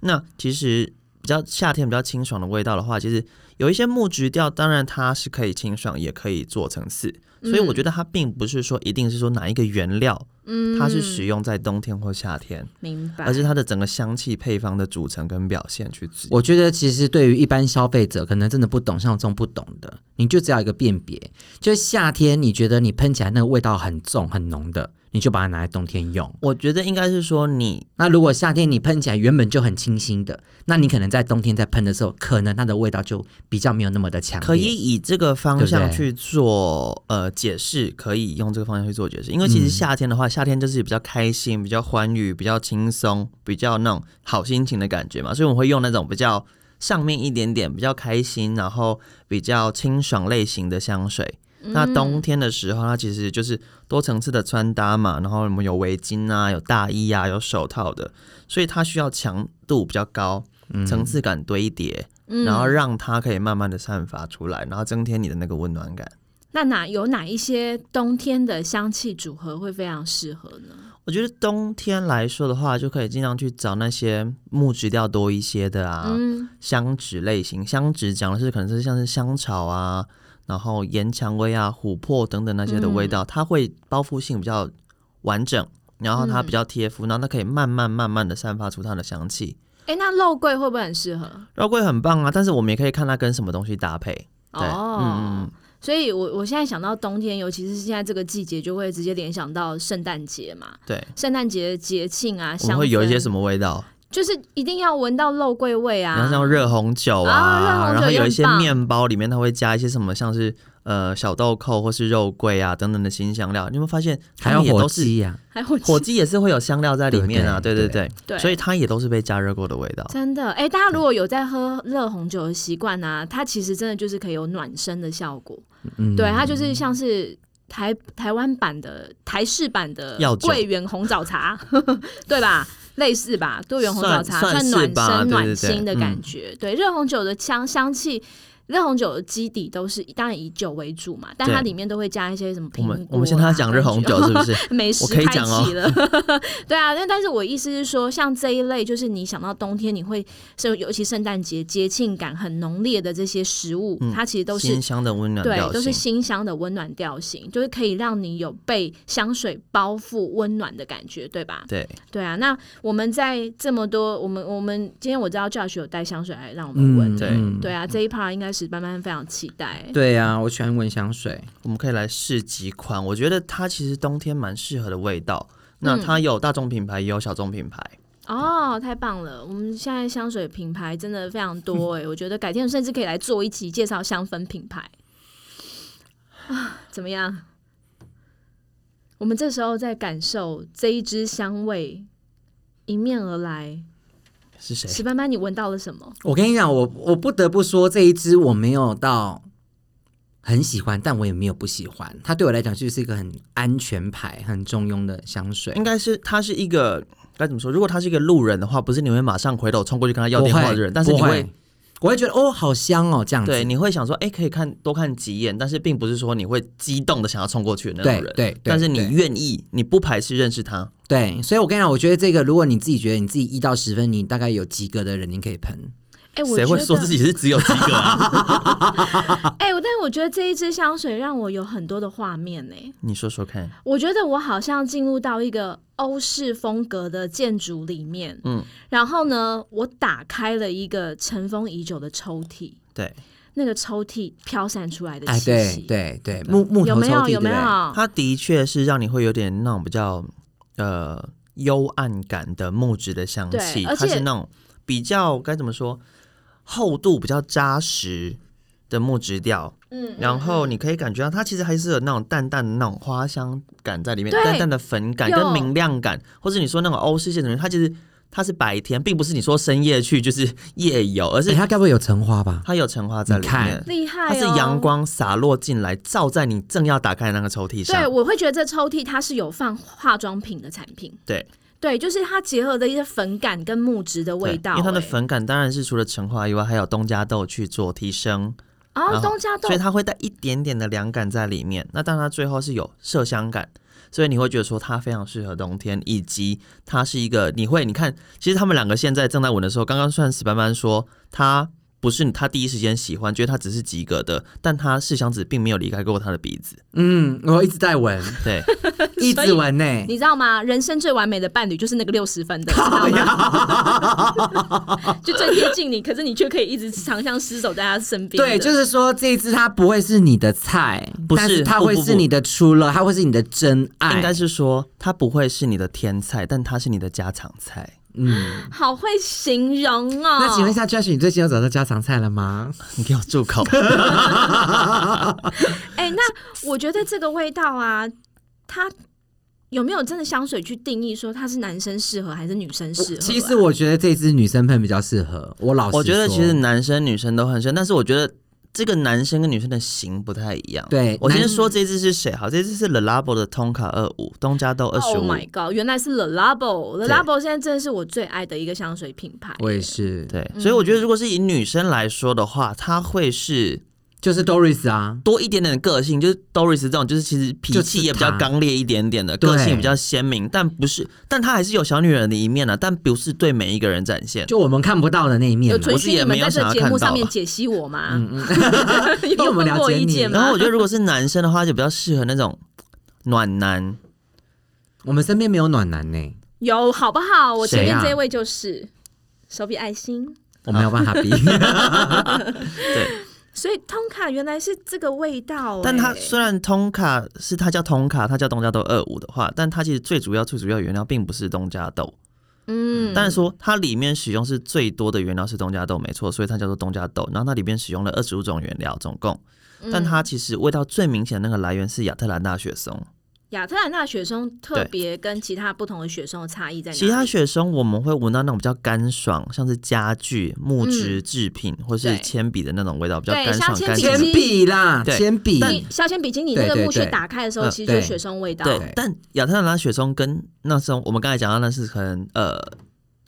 [SPEAKER 2] 那其实比较夏天比较清爽的味道的话，其实有一些木质调，当然它是可以清爽，也可以做层次。所以我觉得它并不是说一定是说哪一个原料，
[SPEAKER 3] 嗯，
[SPEAKER 2] 它是使用在冬天或夏天，
[SPEAKER 3] 明白，
[SPEAKER 2] 而是它的整个香气配方的组成跟表现去制。
[SPEAKER 4] 我觉得其实对于一般消费者，可能真的不懂像我这种不懂的，你就只要一个辨别，就是夏天你觉得你喷起来那个味道很重很浓的，你就把它拿来冬天用。
[SPEAKER 2] 我觉得应该是说你
[SPEAKER 4] 那如果夏天你喷起来原本就很清新的，那你可能在冬天在喷的时候，可能它的味道就比较没有那么的强烈。
[SPEAKER 2] 可以以这个方向
[SPEAKER 4] 对不
[SPEAKER 2] 去
[SPEAKER 4] 对
[SPEAKER 2] 做呃解释，可以用这个方向去做解释。因为其实夏天的话，夏天就是比较开心、比较欢愉、比较轻松、比较那种好心情的感觉嘛，所以我们会用那种比较上面一点点、比较开心，然后比较清爽类型的香水。
[SPEAKER 3] 嗯
[SPEAKER 2] 那冬天的时候，它其实就是多层次的穿搭嘛，然后我们有围巾啊、有大衣啊、有手套的，所以它需要强度比较高，层次感堆叠，
[SPEAKER 3] 嗯
[SPEAKER 2] 然后让它可以慢慢的散发出来，然后增添你的那个温暖感。
[SPEAKER 3] 那哪有哪一些冬天的香气组合会非常适合呢？
[SPEAKER 2] 我觉得冬天来说的话，就可以尽量去找那些木质调多一些的啊，
[SPEAKER 3] 嗯，
[SPEAKER 2] 香脂类型。香脂讲的是可能是像是香草啊，然后岩蔷薇啊、琥珀等等那些的味
[SPEAKER 3] 嗯
[SPEAKER 2] 道，它会包覆性比较完整，然后它比较贴肤，然后它可以慢慢慢慢的散发出它的香气。
[SPEAKER 3] 哎、那肉桂会不会很适合？
[SPEAKER 2] 肉桂很棒啊，但是我们也可以看它跟什么东西搭配。对，
[SPEAKER 3] 哦，
[SPEAKER 2] 嗯嗯
[SPEAKER 3] 所以我我现在想到冬天，尤其是现在这个季节，就会直接联想到圣诞节嘛
[SPEAKER 2] 嗯，。对，
[SPEAKER 3] 圣诞节的节庆啊，
[SPEAKER 2] 我们
[SPEAKER 3] 香
[SPEAKER 2] 会有一些
[SPEAKER 3] 么，
[SPEAKER 2] 什么味道？
[SPEAKER 3] 就是一定要闻到肉桂味
[SPEAKER 2] 然
[SPEAKER 3] 啊
[SPEAKER 2] 后。像热红酒啊，
[SPEAKER 3] 啊热红酒
[SPEAKER 2] 然后
[SPEAKER 3] 也
[SPEAKER 2] 有一
[SPEAKER 3] 很
[SPEAKER 2] 些
[SPEAKER 3] 棒
[SPEAKER 2] 面包里面它会加一些什么，像是呃小豆蔻或是肉桂啊等等的新香料。你有没有发现，
[SPEAKER 4] 还
[SPEAKER 2] 它
[SPEAKER 4] 有
[SPEAKER 2] 们也
[SPEAKER 4] 火
[SPEAKER 2] 都是
[SPEAKER 4] 鸡啊呀、
[SPEAKER 3] [LAUGHS] 还有
[SPEAKER 2] 火鸡也是会有香料在里面啊，
[SPEAKER 4] 对
[SPEAKER 2] 对
[SPEAKER 4] 对
[SPEAKER 2] 对对，
[SPEAKER 3] 对，
[SPEAKER 2] 所以它也都是被加热过的味道。
[SPEAKER 3] 真的哎、大家如果有在喝热红酒的习惯啊，它其实真的就是可以有暖身的效果。
[SPEAKER 4] 嗯，
[SPEAKER 3] 对，它就是像是台台湾版的台式版的
[SPEAKER 2] 药酒
[SPEAKER 3] 桂圆红枣茶， [LAUGHS] 对吧？类似吧，桂圆红枣茶
[SPEAKER 2] 算算是
[SPEAKER 3] 暖
[SPEAKER 2] 吧对
[SPEAKER 3] 身
[SPEAKER 2] 嗯
[SPEAKER 3] 暖
[SPEAKER 2] 对对
[SPEAKER 3] 心的感觉。对，热红酒的香香气。热红酒的基底都是当然以酒为主嘛，但它
[SPEAKER 2] 对
[SPEAKER 3] 里面都会加一些什么
[SPEAKER 2] 我
[SPEAKER 3] 苹果、啊
[SPEAKER 2] 们我们现在要讲热红
[SPEAKER 3] [LAUGHS]
[SPEAKER 2] 酒，是不是？
[SPEAKER 3] 美食
[SPEAKER 2] 我可以
[SPEAKER 3] 开
[SPEAKER 2] 讲哦
[SPEAKER 3] 启了， [LAUGHS] 对啊，但但是我意思是说，像这一类，就是你想到冬天，你会是尤其圣诞节节庆感很浓烈的这些食物，
[SPEAKER 2] 嗯
[SPEAKER 3] 它其实都是
[SPEAKER 2] 新香的温暖
[SPEAKER 3] 对
[SPEAKER 2] 调，
[SPEAKER 3] 都是
[SPEAKER 2] 性。
[SPEAKER 3] 新香的温暖调性，就是可以让你有被香水包覆温暖的感觉，对吧？
[SPEAKER 2] 对，
[SPEAKER 3] 对啊，那我们在这么多，我们我们今天我知道 Josh 有带香水来让我
[SPEAKER 4] 嗯
[SPEAKER 3] 们闻，
[SPEAKER 2] 对
[SPEAKER 3] 对啊，
[SPEAKER 2] 嗯
[SPEAKER 3] 这一 part 应该是班班非常期待。
[SPEAKER 4] 对呀、我喜欢闻香水，
[SPEAKER 2] 我们可以来试几款，我觉得它其实冬天蛮适合的味道。那
[SPEAKER 3] 嗯
[SPEAKER 2] 它有大众品牌，也有小众品牌。
[SPEAKER 3] 哦，太棒了！我们现在香水品牌真的非常
[SPEAKER 2] [LAUGHS]
[SPEAKER 3] 多哎、我觉得改天甚至可以来做一集介绍香氛品牌啊，怎么样？我们这时候在感受这一支香味迎面而来，
[SPEAKER 2] 是谁？
[SPEAKER 3] 史斑斑，你闻到了什么？
[SPEAKER 4] 我跟你讲，我我不得不说这一支我没有到很喜欢，但我也没有不喜欢。它对我来讲就是一个很安全牌、很中庸的香水
[SPEAKER 2] 应。该是他是一个该怎么说？如果他是一个路人的话，不是你会马上回头冲过去跟他要
[SPEAKER 4] 不
[SPEAKER 2] 电
[SPEAKER 4] 会
[SPEAKER 2] 话的人，但是你
[SPEAKER 4] 不
[SPEAKER 2] 会
[SPEAKER 4] 会，我会觉得哦，好香哦，这样子。
[SPEAKER 2] 对，你会想说，哎、可以看多看几眼，但是并不是说你会激动的想要冲过去的那种
[SPEAKER 4] 对
[SPEAKER 2] 人。
[SPEAKER 4] 对对
[SPEAKER 2] 但是你
[SPEAKER 4] 对
[SPEAKER 2] 愿意，你不排斥认识他。
[SPEAKER 4] 对，所以我跟你讲，我觉得这个，如果你自己觉得你自己一到十分，你大概有及格的人，你可以喷。
[SPEAKER 3] 哎、我
[SPEAKER 2] 谁会
[SPEAKER 3] 觉
[SPEAKER 2] 说
[SPEAKER 3] 得
[SPEAKER 2] 自己是只有及格
[SPEAKER 3] [LAUGHS]
[SPEAKER 2] 啊？
[SPEAKER 3] 哎、我但是我觉得这一支香水让我有很多的画面欸呢、
[SPEAKER 2] 你说说看，
[SPEAKER 3] 我觉得我好像进入到一个欧式风格的建筑里面，
[SPEAKER 2] 嗯
[SPEAKER 3] 嗯，然后呢，我打开了一个尘封已久的抽屉，
[SPEAKER 2] [LAUGHS] 对
[SPEAKER 3] 那个抽屉飘散出来的
[SPEAKER 4] 哎，
[SPEAKER 3] 气
[SPEAKER 4] 对
[SPEAKER 3] 息，
[SPEAKER 4] 对对，木木
[SPEAKER 3] 有
[SPEAKER 4] 头抽
[SPEAKER 3] 没
[SPEAKER 4] 屉，
[SPEAKER 3] 有？
[SPEAKER 4] 对
[SPEAKER 3] 有
[SPEAKER 4] 不
[SPEAKER 3] 没
[SPEAKER 4] 对？
[SPEAKER 3] 有？
[SPEAKER 2] 他的确是让你会有点那种比较呃幽暗感的木质的香
[SPEAKER 3] 对
[SPEAKER 2] 气，
[SPEAKER 3] 而
[SPEAKER 2] 它是
[SPEAKER 3] 且
[SPEAKER 2] 那种比较该怎么说，厚度比较扎实的木质调。
[SPEAKER 3] 嗯
[SPEAKER 2] 然后你可以感觉到它其实还是有那种淡淡的那种花香感在里面，
[SPEAKER 3] 对
[SPEAKER 2] 淡淡的粉感
[SPEAKER 3] 有
[SPEAKER 2] 跟明亮感，或者你说那种欧式建筑，它其实它是白天，并不是你说深夜去就是夜游，而
[SPEAKER 4] 哎，
[SPEAKER 2] 是
[SPEAKER 4] 它该不会有橙花吧？
[SPEAKER 2] 它有橙花在里
[SPEAKER 4] 你看
[SPEAKER 2] 面，
[SPEAKER 3] 厉害、哦，
[SPEAKER 2] 它是阳。光洒落进来，照在你正要打开的那个抽屉
[SPEAKER 3] 对，
[SPEAKER 2] 上。
[SPEAKER 3] 我会觉得这抽屉它是有放化妆品的产品，
[SPEAKER 2] 对
[SPEAKER 3] 对，就是它结合的一些粉感跟木质的
[SPEAKER 2] 对
[SPEAKER 3] 味道、
[SPEAKER 2] 因为它的
[SPEAKER 3] 哎
[SPEAKER 2] 粉感当然是除了橙花以外，还有东加豆去做提升，然
[SPEAKER 3] 哦，
[SPEAKER 2] 后
[SPEAKER 3] 东家豆
[SPEAKER 2] 所以它会带一点点的凉感在里面。那但它最后是有麝香感，所以你会觉得说它非常适合冬天，以及它是一个你会你看，其实他们两个现在正在闻的时候，刚刚算史斑斑说他不是他第一时间喜欢，觉得他只是及格的，但他试香子并没有离开过他的鼻子。
[SPEAKER 4] 嗯，我一直在闻，
[SPEAKER 2] 对，
[SPEAKER 4] [LAUGHS] 一直闻呢。
[SPEAKER 3] 你知道吗？人生最完美的伴侣就是那个六十分
[SPEAKER 4] [LAUGHS]
[SPEAKER 3] 的，你知
[SPEAKER 4] 哎
[SPEAKER 3] 道吗？就最贴近你，可是你却可以一直长相厮守在他身边的。
[SPEAKER 4] 对，就是说这一支它不会是你的菜，
[SPEAKER 2] 不
[SPEAKER 4] 但
[SPEAKER 2] 是
[SPEAKER 4] 它
[SPEAKER 2] 不
[SPEAKER 4] 会
[SPEAKER 2] 不
[SPEAKER 4] 是
[SPEAKER 2] 不
[SPEAKER 4] 你的初乐，它会是你的真爱。
[SPEAKER 2] 应该是说他不会是你的天菜，但他是你的家常
[SPEAKER 4] [LAUGHS]
[SPEAKER 2] 菜。
[SPEAKER 4] 嗯。
[SPEAKER 3] 好会形容哦。
[SPEAKER 4] 那请问一下，Josh，你最近有找到家常菜了吗？
[SPEAKER 2] 你给我住 [LAUGHS] 口！
[SPEAKER 3] 哎、那我觉得这个味道啊，它有没有真的香水去定义说它是男生适合还是女生适合啊、
[SPEAKER 4] 其实我觉得这支女生喷比较适合。我老实说，
[SPEAKER 2] 我觉得其实男生女生都很深，但是我觉得这个男生跟女生的型不太一样。
[SPEAKER 4] 对
[SPEAKER 2] 我先
[SPEAKER 4] 男
[SPEAKER 2] 说这支是谁好，这支是 Le Labo 的 Tonka 二五，东加豆二十
[SPEAKER 3] Oh
[SPEAKER 2] 五。
[SPEAKER 3] my god！原来是 The Labo，The
[SPEAKER 2] 对
[SPEAKER 3] Labo 现在真的是我最爱的一个香水品牌。
[SPEAKER 4] 我也是，，
[SPEAKER 2] 对，
[SPEAKER 3] 嗯
[SPEAKER 2] 所以我觉得如果是以女生来说的话，她会是
[SPEAKER 4] 就是 Doris 啊，
[SPEAKER 2] 多一点点的个性，就是 Doris 这种，就是其实脾
[SPEAKER 4] 就是
[SPEAKER 2] 气也比较
[SPEAKER 4] 她
[SPEAKER 2] 刚烈一点点的，
[SPEAKER 4] 对
[SPEAKER 2] 个性也比较鲜明，但不是，但她还是有小女人的一面呢、但不是对每一个人展现。
[SPEAKER 4] 就我们看不到的那一面
[SPEAKER 3] 有
[SPEAKER 4] 嘛。
[SPEAKER 3] 准
[SPEAKER 2] 我是
[SPEAKER 3] 许
[SPEAKER 2] 也
[SPEAKER 3] 你们
[SPEAKER 2] 没有
[SPEAKER 3] 在这
[SPEAKER 2] 想要
[SPEAKER 3] 节目
[SPEAKER 2] 看到
[SPEAKER 3] 上面
[SPEAKER 2] 啊
[SPEAKER 3] 解析我吗？
[SPEAKER 4] 嗯
[SPEAKER 3] [LAUGHS]
[SPEAKER 4] 因为
[SPEAKER 3] 有
[SPEAKER 4] 我们
[SPEAKER 3] 问
[SPEAKER 4] 了
[SPEAKER 3] 过
[SPEAKER 4] 解
[SPEAKER 3] 意
[SPEAKER 4] 你
[SPEAKER 3] 见吗
[SPEAKER 2] 然后我觉得如果是男生的话，就比较适合那种暖男，
[SPEAKER 4] 我们身边没有暖男呢，
[SPEAKER 3] 有好不好？我前
[SPEAKER 4] 谁
[SPEAKER 3] 面
[SPEAKER 4] 啊
[SPEAKER 3] 这一位就是、手比爱心，
[SPEAKER 4] 我没有办法
[SPEAKER 2] [LAUGHS]
[SPEAKER 4] 比。
[SPEAKER 3] 所以通卡原来是这个味道、
[SPEAKER 2] 但它
[SPEAKER 3] 哎
[SPEAKER 2] 虽然通卡是它叫通卡，它叫东加豆二五的话，但它其实最主要最主要原料并不是东加豆，
[SPEAKER 3] 嗯，
[SPEAKER 2] 但是说它里面使用是最多的原料是东加豆，没错，所以它叫做东加豆。然后它里面使用了二十五种原料，总共，
[SPEAKER 3] 嗯
[SPEAKER 2] 但它其实味道最明显的那个来源是亚特兰大雪松。
[SPEAKER 3] 亚特兰大雪松特别跟其他不同的雪松的差异在哪里？
[SPEAKER 2] 其他雪松我们会闻到那种比较干爽，像是家具、木质制品、或是
[SPEAKER 3] 嗯对
[SPEAKER 2] 铅笔的那种味道，比较
[SPEAKER 3] 对
[SPEAKER 2] 干
[SPEAKER 3] 像
[SPEAKER 2] 爽
[SPEAKER 3] 铅
[SPEAKER 2] 干
[SPEAKER 3] 笔
[SPEAKER 2] 净
[SPEAKER 4] 铅。笔啦，
[SPEAKER 2] 对
[SPEAKER 4] 铅笔，
[SPEAKER 3] 你小铅笔经你那个
[SPEAKER 4] 对对
[SPEAKER 3] 木屑
[SPEAKER 4] 对
[SPEAKER 3] 打开的时候，
[SPEAKER 2] 嗯
[SPEAKER 3] 其实就是
[SPEAKER 4] 对
[SPEAKER 3] 雪松味道。
[SPEAKER 2] 对，但亚特兰大雪松跟那时候我们刚才讲到那是可能呃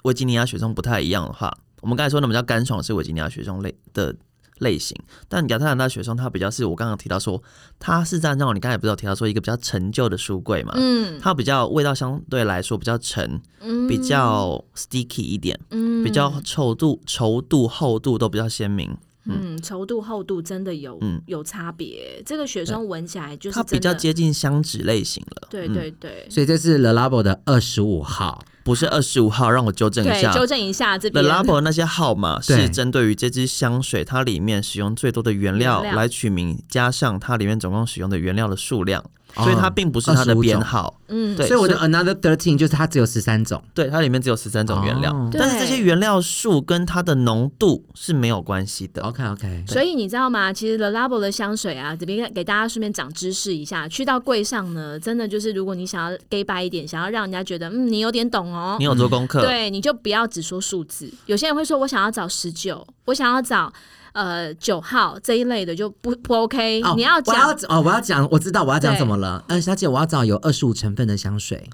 [SPEAKER 2] 维吉尼亚雪松不太一样的话，我们刚才说那比较干爽是维吉尼亚雪松类的类型，但亚特兰大雪松它比较是我刚刚提到说，它是在那种你刚才不是有提到说一个比较陈旧的书柜嘛，
[SPEAKER 3] 嗯
[SPEAKER 2] 它比较味道相对来说比较沉，
[SPEAKER 3] 嗯
[SPEAKER 2] 比较 sticky 一点，
[SPEAKER 3] 嗯
[SPEAKER 2] 比较稠度、稠度、厚度都比较鲜明，
[SPEAKER 3] 嗯稠度厚度真的有、
[SPEAKER 2] 嗯
[SPEAKER 3] 有差别。这个雪松闻起来就是
[SPEAKER 2] 它比
[SPEAKER 3] 真的
[SPEAKER 2] 较接近香脂类型了，
[SPEAKER 3] 对
[SPEAKER 2] 嗯
[SPEAKER 3] 对对。
[SPEAKER 4] 所以这是 The Labo 的二十五号，
[SPEAKER 2] 不是二十五号，让我纠正一
[SPEAKER 3] 对，
[SPEAKER 2] 下，
[SPEAKER 3] 纠正一下这
[SPEAKER 2] The
[SPEAKER 3] 边。
[SPEAKER 2] Labo 那些号码是
[SPEAKER 4] 对
[SPEAKER 2] 针对于这支香水，它里面使用最多的原料
[SPEAKER 3] 原料
[SPEAKER 2] 来取名，加上它里面总共使用的原料的数量。
[SPEAKER 3] 哦
[SPEAKER 2] 所以
[SPEAKER 4] 哦
[SPEAKER 2] 它并不是它的
[SPEAKER 4] 25
[SPEAKER 2] 编
[SPEAKER 4] 种
[SPEAKER 2] 号。
[SPEAKER 3] 嗯，
[SPEAKER 2] 对
[SPEAKER 4] 所以我的 another thirteen 就是它只有十三种，
[SPEAKER 2] 对，它里面只有十三种原料，
[SPEAKER 4] 哦
[SPEAKER 2] 但是这些
[SPEAKER 3] 对
[SPEAKER 2] 原料数跟它的浓度是没有关系
[SPEAKER 3] 哦
[SPEAKER 2] 的。
[SPEAKER 4] OK OK，
[SPEAKER 3] 所以你知道吗？其实 The Labo 的香水啊，这边给大家顺便长知识一下，去到柜上呢，真的就是如果你想要 gay 白一点，想要让人家觉得嗯你有点懂哦
[SPEAKER 2] 你，有做功课，
[SPEAKER 3] 对，你就不要只说数字。有些人会说我想要找十九，我想要找呃九号这一类的就不不 OK，、
[SPEAKER 4] 哦
[SPEAKER 3] 你要
[SPEAKER 4] 我要
[SPEAKER 3] 讲
[SPEAKER 4] 哦，我要讲，我知道我要讲
[SPEAKER 3] 对
[SPEAKER 4] 什么了。嗯，小姐，我要找有二十五成分的香水。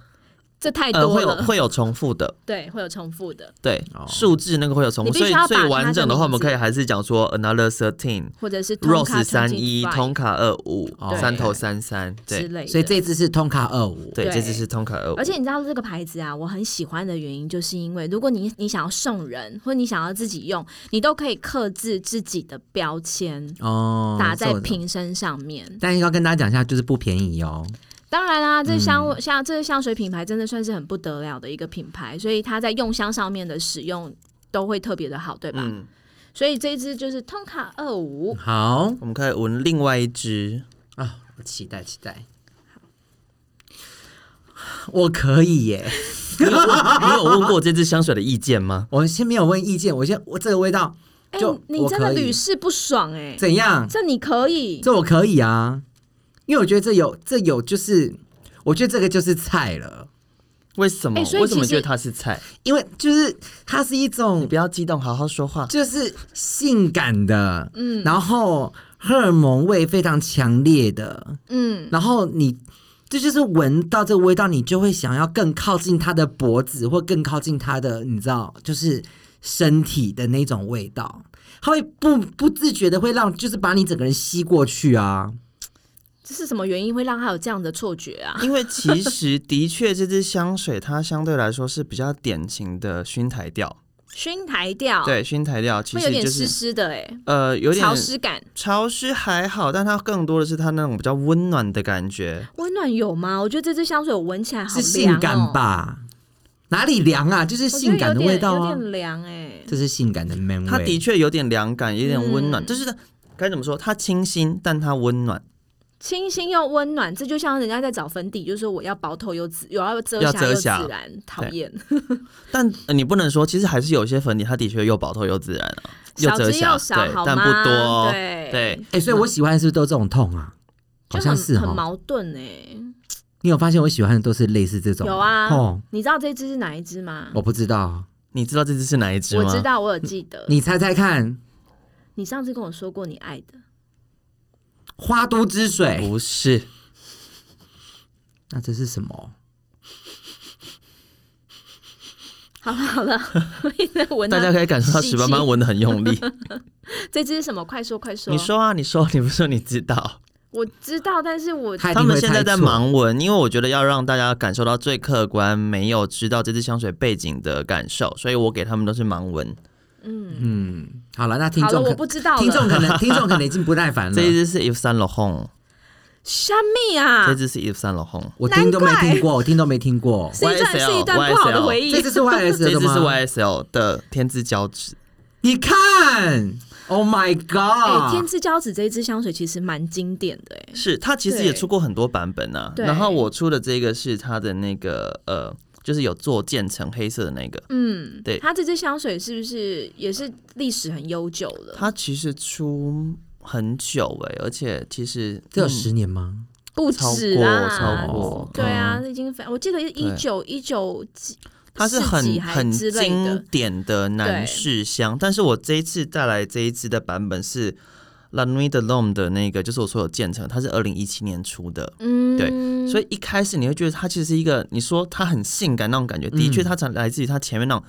[SPEAKER 3] 这太
[SPEAKER 2] 呃，
[SPEAKER 3] 多
[SPEAKER 2] 会
[SPEAKER 3] 了，
[SPEAKER 2] 有会有重复的，
[SPEAKER 3] 对会有重复的
[SPEAKER 2] 对
[SPEAKER 4] 哦，
[SPEAKER 2] 数、字那个会有重复，
[SPEAKER 3] 你必
[SPEAKER 2] 所
[SPEAKER 3] 须
[SPEAKER 2] 以
[SPEAKER 3] 要
[SPEAKER 2] 所以
[SPEAKER 3] 把它
[SPEAKER 2] 完
[SPEAKER 3] 的
[SPEAKER 2] 整的话，我
[SPEAKER 3] 名
[SPEAKER 2] 们可以
[SPEAKER 3] 字
[SPEAKER 2] 还是讲说 another thirteen。
[SPEAKER 3] 或者是
[SPEAKER 2] Rose
[SPEAKER 3] Tonka
[SPEAKER 2] 三一，
[SPEAKER 3] 25
[SPEAKER 2] 通卡二五
[SPEAKER 4] 哦，
[SPEAKER 2] 三头三三，
[SPEAKER 3] 之
[SPEAKER 2] 对
[SPEAKER 3] 类的，
[SPEAKER 4] 所以这次是通卡二五。
[SPEAKER 2] 对，
[SPEAKER 3] 对
[SPEAKER 2] 这只是通卡二五。
[SPEAKER 3] 而且你知道这个牌子啊，我很喜欢的原因，就是因为如果你你想要送人，或者你想要自己用，你都可以刻制自己的标签。
[SPEAKER 4] 哦，
[SPEAKER 3] 打在
[SPEAKER 4] 是我的。
[SPEAKER 3] 瓶身上面，
[SPEAKER 4] 但要跟大家讲一下，就是不便宜哦。
[SPEAKER 3] 当然啦、这香味像、这香水品牌真的算是很不得了的一个品牌，所以它在用香上面的使用都会特别的好，对吧？
[SPEAKER 2] 嗯，
[SPEAKER 3] 所以这一支就是通卡二五，
[SPEAKER 4] 好
[SPEAKER 2] 我们可以闻另外一只，
[SPEAKER 4] 啊，我期待期待。我可以耶！
[SPEAKER 3] 啊
[SPEAKER 2] 你有问过这支香水的意见吗？
[SPEAKER 4] 我先没有问意见，我先我这个味道
[SPEAKER 3] 哎、
[SPEAKER 4] 就
[SPEAKER 3] 你
[SPEAKER 4] 我
[SPEAKER 3] 真的
[SPEAKER 4] 可以
[SPEAKER 3] 屡试不爽哎、
[SPEAKER 4] 怎样？
[SPEAKER 3] 这你可以，
[SPEAKER 4] 这我可以啊，因为我觉得这有这有就是，我觉得这个就是菜了，
[SPEAKER 2] 为什么？
[SPEAKER 3] 哎所以
[SPEAKER 2] 为什么
[SPEAKER 3] 其实
[SPEAKER 2] 觉得它是菜？
[SPEAKER 4] 因为就是它是一种
[SPEAKER 2] 不要激动，好好说话。
[SPEAKER 4] 就是性感的，嗯，然后荷尔蒙味非常强烈的，
[SPEAKER 3] 嗯，
[SPEAKER 4] 然后你这就是闻到这个味道，你就会想要更靠近他的脖子，或更靠近他的，你知道，就是身体的那种味道，它会不不自觉的会让，就是把你整个人吸过去啊。
[SPEAKER 3] 这是什么原因会让他有这样的错觉啊？
[SPEAKER 2] 因为其实的确，这支香水它相对来说是比较典型的熏台调，
[SPEAKER 3] 熏台调，，
[SPEAKER 2] 对，熏台调其
[SPEAKER 3] 哦会有
[SPEAKER 2] 实
[SPEAKER 3] 点
[SPEAKER 2] 就
[SPEAKER 3] 湿
[SPEAKER 2] 是
[SPEAKER 3] 湿的哎、
[SPEAKER 2] 呃有点
[SPEAKER 3] 潮湿感。
[SPEAKER 2] 潮湿还好，但它更多的是它那种比较温暖的感觉。
[SPEAKER 3] 温暖有吗？我觉得这支香水我闻起来好、哦、哦
[SPEAKER 4] 是性感？吧？哪里凉啊？就是性感的味道
[SPEAKER 3] 有
[SPEAKER 4] 啊
[SPEAKER 3] 点有！点凉哎、
[SPEAKER 4] 这是性感的 man 味。
[SPEAKER 2] 它的确有点凉感，有点温暖，
[SPEAKER 3] 嗯
[SPEAKER 2] 就是它该怎么说？它清新，但它温暖，
[SPEAKER 3] 清新又温暖，这就像人家在找粉底，就是说我要薄透又自，有要遮
[SPEAKER 2] 要
[SPEAKER 3] 瑕又
[SPEAKER 2] 遮瑕
[SPEAKER 3] 自然，讨厌。
[SPEAKER 2] 但、呃你不能说，其实还是有些粉底它的确又薄透又自然啊，又
[SPEAKER 3] 少
[SPEAKER 2] 遮
[SPEAKER 3] 之又
[SPEAKER 2] 瑕，
[SPEAKER 3] 少，
[SPEAKER 2] 对
[SPEAKER 3] 好，
[SPEAKER 2] 但
[SPEAKER 3] 吗？
[SPEAKER 2] 不多哦，
[SPEAKER 3] 对，
[SPEAKER 2] 对。
[SPEAKER 4] 哎、所以我喜欢的是不是都这种痛啊？好
[SPEAKER 3] 就
[SPEAKER 4] 像
[SPEAKER 3] 很
[SPEAKER 4] 是哦
[SPEAKER 3] 很
[SPEAKER 4] 哈。
[SPEAKER 3] 矛盾哎、
[SPEAKER 4] 你有发现我喜欢的都是类似这种？
[SPEAKER 3] 有啊，
[SPEAKER 4] 哦，
[SPEAKER 3] 你知道这支是哪一支吗？
[SPEAKER 4] 我不知道，
[SPEAKER 2] 你知道这支是哪一支
[SPEAKER 3] 我
[SPEAKER 2] 吗？
[SPEAKER 3] 知道，我有记得。你
[SPEAKER 4] 你猜猜看，
[SPEAKER 3] 上次跟我说过你爱的，
[SPEAKER 4] 花都之水，
[SPEAKER 2] 不是，
[SPEAKER 4] 那这是什么？
[SPEAKER 3] 好了好了，我一直在闻它。
[SPEAKER 2] 大家可以感受到
[SPEAKER 3] 喜
[SPEAKER 2] 史斑斑
[SPEAKER 3] 气
[SPEAKER 2] 闻的很用
[SPEAKER 3] [LAUGHS]
[SPEAKER 2] 力。
[SPEAKER 3] 这支是什么？快说快说！
[SPEAKER 2] 你，说啊，你说，你不说你知道？
[SPEAKER 3] 我知道，但是我
[SPEAKER 4] 他一
[SPEAKER 2] 他
[SPEAKER 4] 定
[SPEAKER 2] 们
[SPEAKER 4] 会
[SPEAKER 2] 现在
[SPEAKER 4] 猜
[SPEAKER 2] 在
[SPEAKER 4] 错，
[SPEAKER 2] 盲闻，因为我觉得要让大家感受到最客观，没有知道这支香水背景的感受，所以我给他们都是盲闻。
[SPEAKER 3] 嗯，
[SPEAKER 4] 嗯，好了，那听
[SPEAKER 3] 好了，
[SPEAKER 4] 众
[SPEAKER 3] 我
[SPEAKER 4] 可
[SPEAKER 3] 不知道了。
[SPEAKER 4] 听众可能听众可能已经不耐烦了
[SPEAKER 2] 这一。支是 Yves Saint Laurent，、
[SPEAKER 3] 虾米啊
[SPEAKER 2] 这，支是 Yves Saint Laurent，
[SPEAKER 4] 我听都没
[SPEAKER 3] 难怪
[SPEAKER 4] 听过，我听都没听过。
[SPEAKER 3] 是一段
[SPEAKER 2] YSL
[SPEAKER 3] 是一段不好的回忆
[SPEAKER 4] 这。次是 YS
[SPEAKER 2] 啊这支
[SPEAKER 4] 的吗？
[SPEAKER 2] 是 YSL 的天之骄子。
[SPEAKER 4] 你看，Oh my
[SPEAKER 3] 哎，天
[SPEAKER 4] God！
[SPEAKER 3] 之骄子这一支香水其实蛮经典的哎，
[SPEAKER 2] 是它其实
[SPEAKER 3] 对
[SPEAKER 2] 也出过很多版本啊。
[SPEAKER 3] 对
[SPEAKER 2] 然后我出的这个是它的那个呃，就是有做渐层黑色的那个。
[SPEAKER 3] 嗯，
[SPEAKER 2] 对
[SPEAKER 3] 它这支香水是不是也是历史很悠久了？
[SPEAKER 2] 它其实出很久哎、而且其实
[SPEAKER 4] 这
[SPEAKER 2] 嗯
[SPEAKER 4] 有十年吗？
[SPEAKER 3] 不
[SPEAKER 2] 超
[SPEAKER 3] 止
[SPEAKER 2] 过
[SPEAKER 3] 啦
[SPEAKER 2] 超，过，嗯
[SPEAKER 3] 对啊，已经非我记得一九一九几，
[SPEAKER 2] 它是
[SPEAKER 3] 世
[SPEAKER 2] 很
[SPEAKER 3] 纪还
[SPEAKER 2] 很
[SPEAKER 3] 之类
[SPEAKER 2] 经
[SPEAKER 3] 的。
[SPEAKER 2] 典的男士香，但是我这一次带来这一支的版本是 La Nuit de L'Homme 的那个，就是我说有渐层，它是二零一七年出的。
[SPEAKER 3] 嗯，
[SPEAKER 2] 对所
[SPEAKER 3] 以
[SPEAKER 2] 以一开始你会觉得它其实是一个，你说它很性感那种感觉，的
[SPEAKER 4] 嗯
[SPEAKER 2] 确，它才来自于它前面那种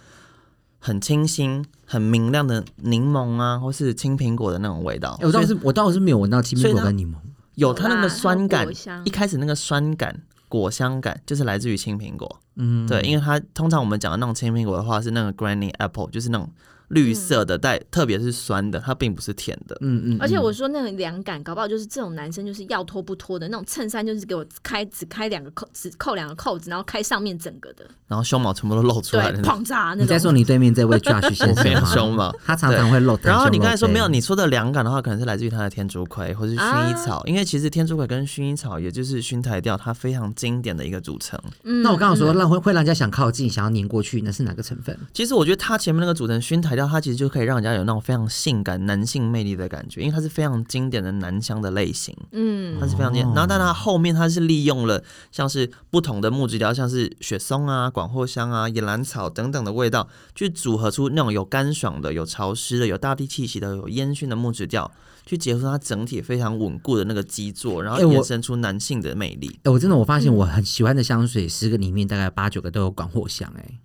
[SPEAKER 2] 很清新、很明亮的柠檬啊，或是青苹果的那种味道。
[SPEAKER 4] 哎我倒
[SPEAKER 2] 哦所以
[SPEAKER 4] 是我倒是没有闻到青
[SPEAKER 2] 所
[SPEAKER 4] 苹
[SPEAKER 2] 以
[SPEAKER 4] 果
[SPEAKER 2] 它
[SPEAKER 4] 跟柠檬。
[SPEAKER 2] 有它那
[SPEAKER 3] 有
[SPEAKER 2] 个
[SPEAKER 3] 啦
[SPEAKER 2] 酸
[SPEAKER 3] 还有
[SPEAKER 2] 感
[SPEAKER 3] 果香，
[SPEAKER 2] 一开始那个酸感、果香感，就是来自于青苹果。
[SPEAKER 4] 嗯，
[SPEAKER 2] 对，因为它通常我们讲的那种青苹果的话是那个 granny apple，就是那种
[SPEAKER 3] 嗯
[SPEAKER 2] 绿色的带，特别是酸的，它并不是甜的。
[SPEAKER 4] 嗯嗯，
[SPEAKER 3] 而且
[SPEAKER 4] 嗯
[SPEAKER 3] 我说那个凉感，搞不好就是这种男生就是要脱不脱的那种衬衫，就是给我开只开两个扣，只扣两个扣子，然后开上面整个的，然
[SPEAKER 2] 然后胸毛全部都露出
[SPEAKER 3] 对
[SPEAKER 2] 来，的那种。
[SPEAKER 3] 砰炸那
[SPEAKER 4] 你在
[SPEAKER 3] 种。
[SPEAKER 4] 说你对面这位 Josh 先
[SPEAKER 2] 我没有
[SPEAKER 4] 生
[SPEAKER 2] [LAUGHS] 胸
[SPEAKER 4] 吗
[SPEAKER 2] 毛？
[SPEAKER 4] 他常常会露头。
[SPEAKER 2] 然后你刚才说没有，
[SPEAKER 4] 露背
[SPEAKER 2] 你说的凉感的话，可能是来自于它的天竺葵或是薰衣
[SPEAKER 3] 啊
[SPEAKER 2] 草，因为其实天竺葵跟薰衣草，也就是薰台调，它非常经典的一个组成。
[SPEAKER 3] 嗯
[SPEAKER 4] 那我刚刚说
[SPEAKER 3] 嗯
[SPEAKER 4] 让会会让人家想靠近，想要黏过去，那是哪个成分？
[SPEAKER 2] 其实我觉得它前面那个组成熏台调，它其实就可以让人家有那种非常性感、男性魅力的感觉，因为它是非常经典的男香的类型，
[SPEAKER 3] 嗯，
[SPEAKER 2] 它是非
[SPEAKER 4] 哦
[SPEAKER 2] 常经典。然后，但它后面它是利用了像是不同的木质调，像是雪松啊、广藿香啊、野兰草等等的味道，去组合出那种有干爽的、有潮湿的、有大地气息的、有烟熏的木质调，去结合它整体非常稳固的那个基座，然后
[SPEAKER 4] 哎我
[SPEAKER 2] 延伸出男性的魅力。
[SPEAKER 4] 哎，我真的我发
[SPEAKER 3] 嗯
[SPEAKER 4] 现我很喜欢的香水，十个里面大概八九个都有广藿香。哎，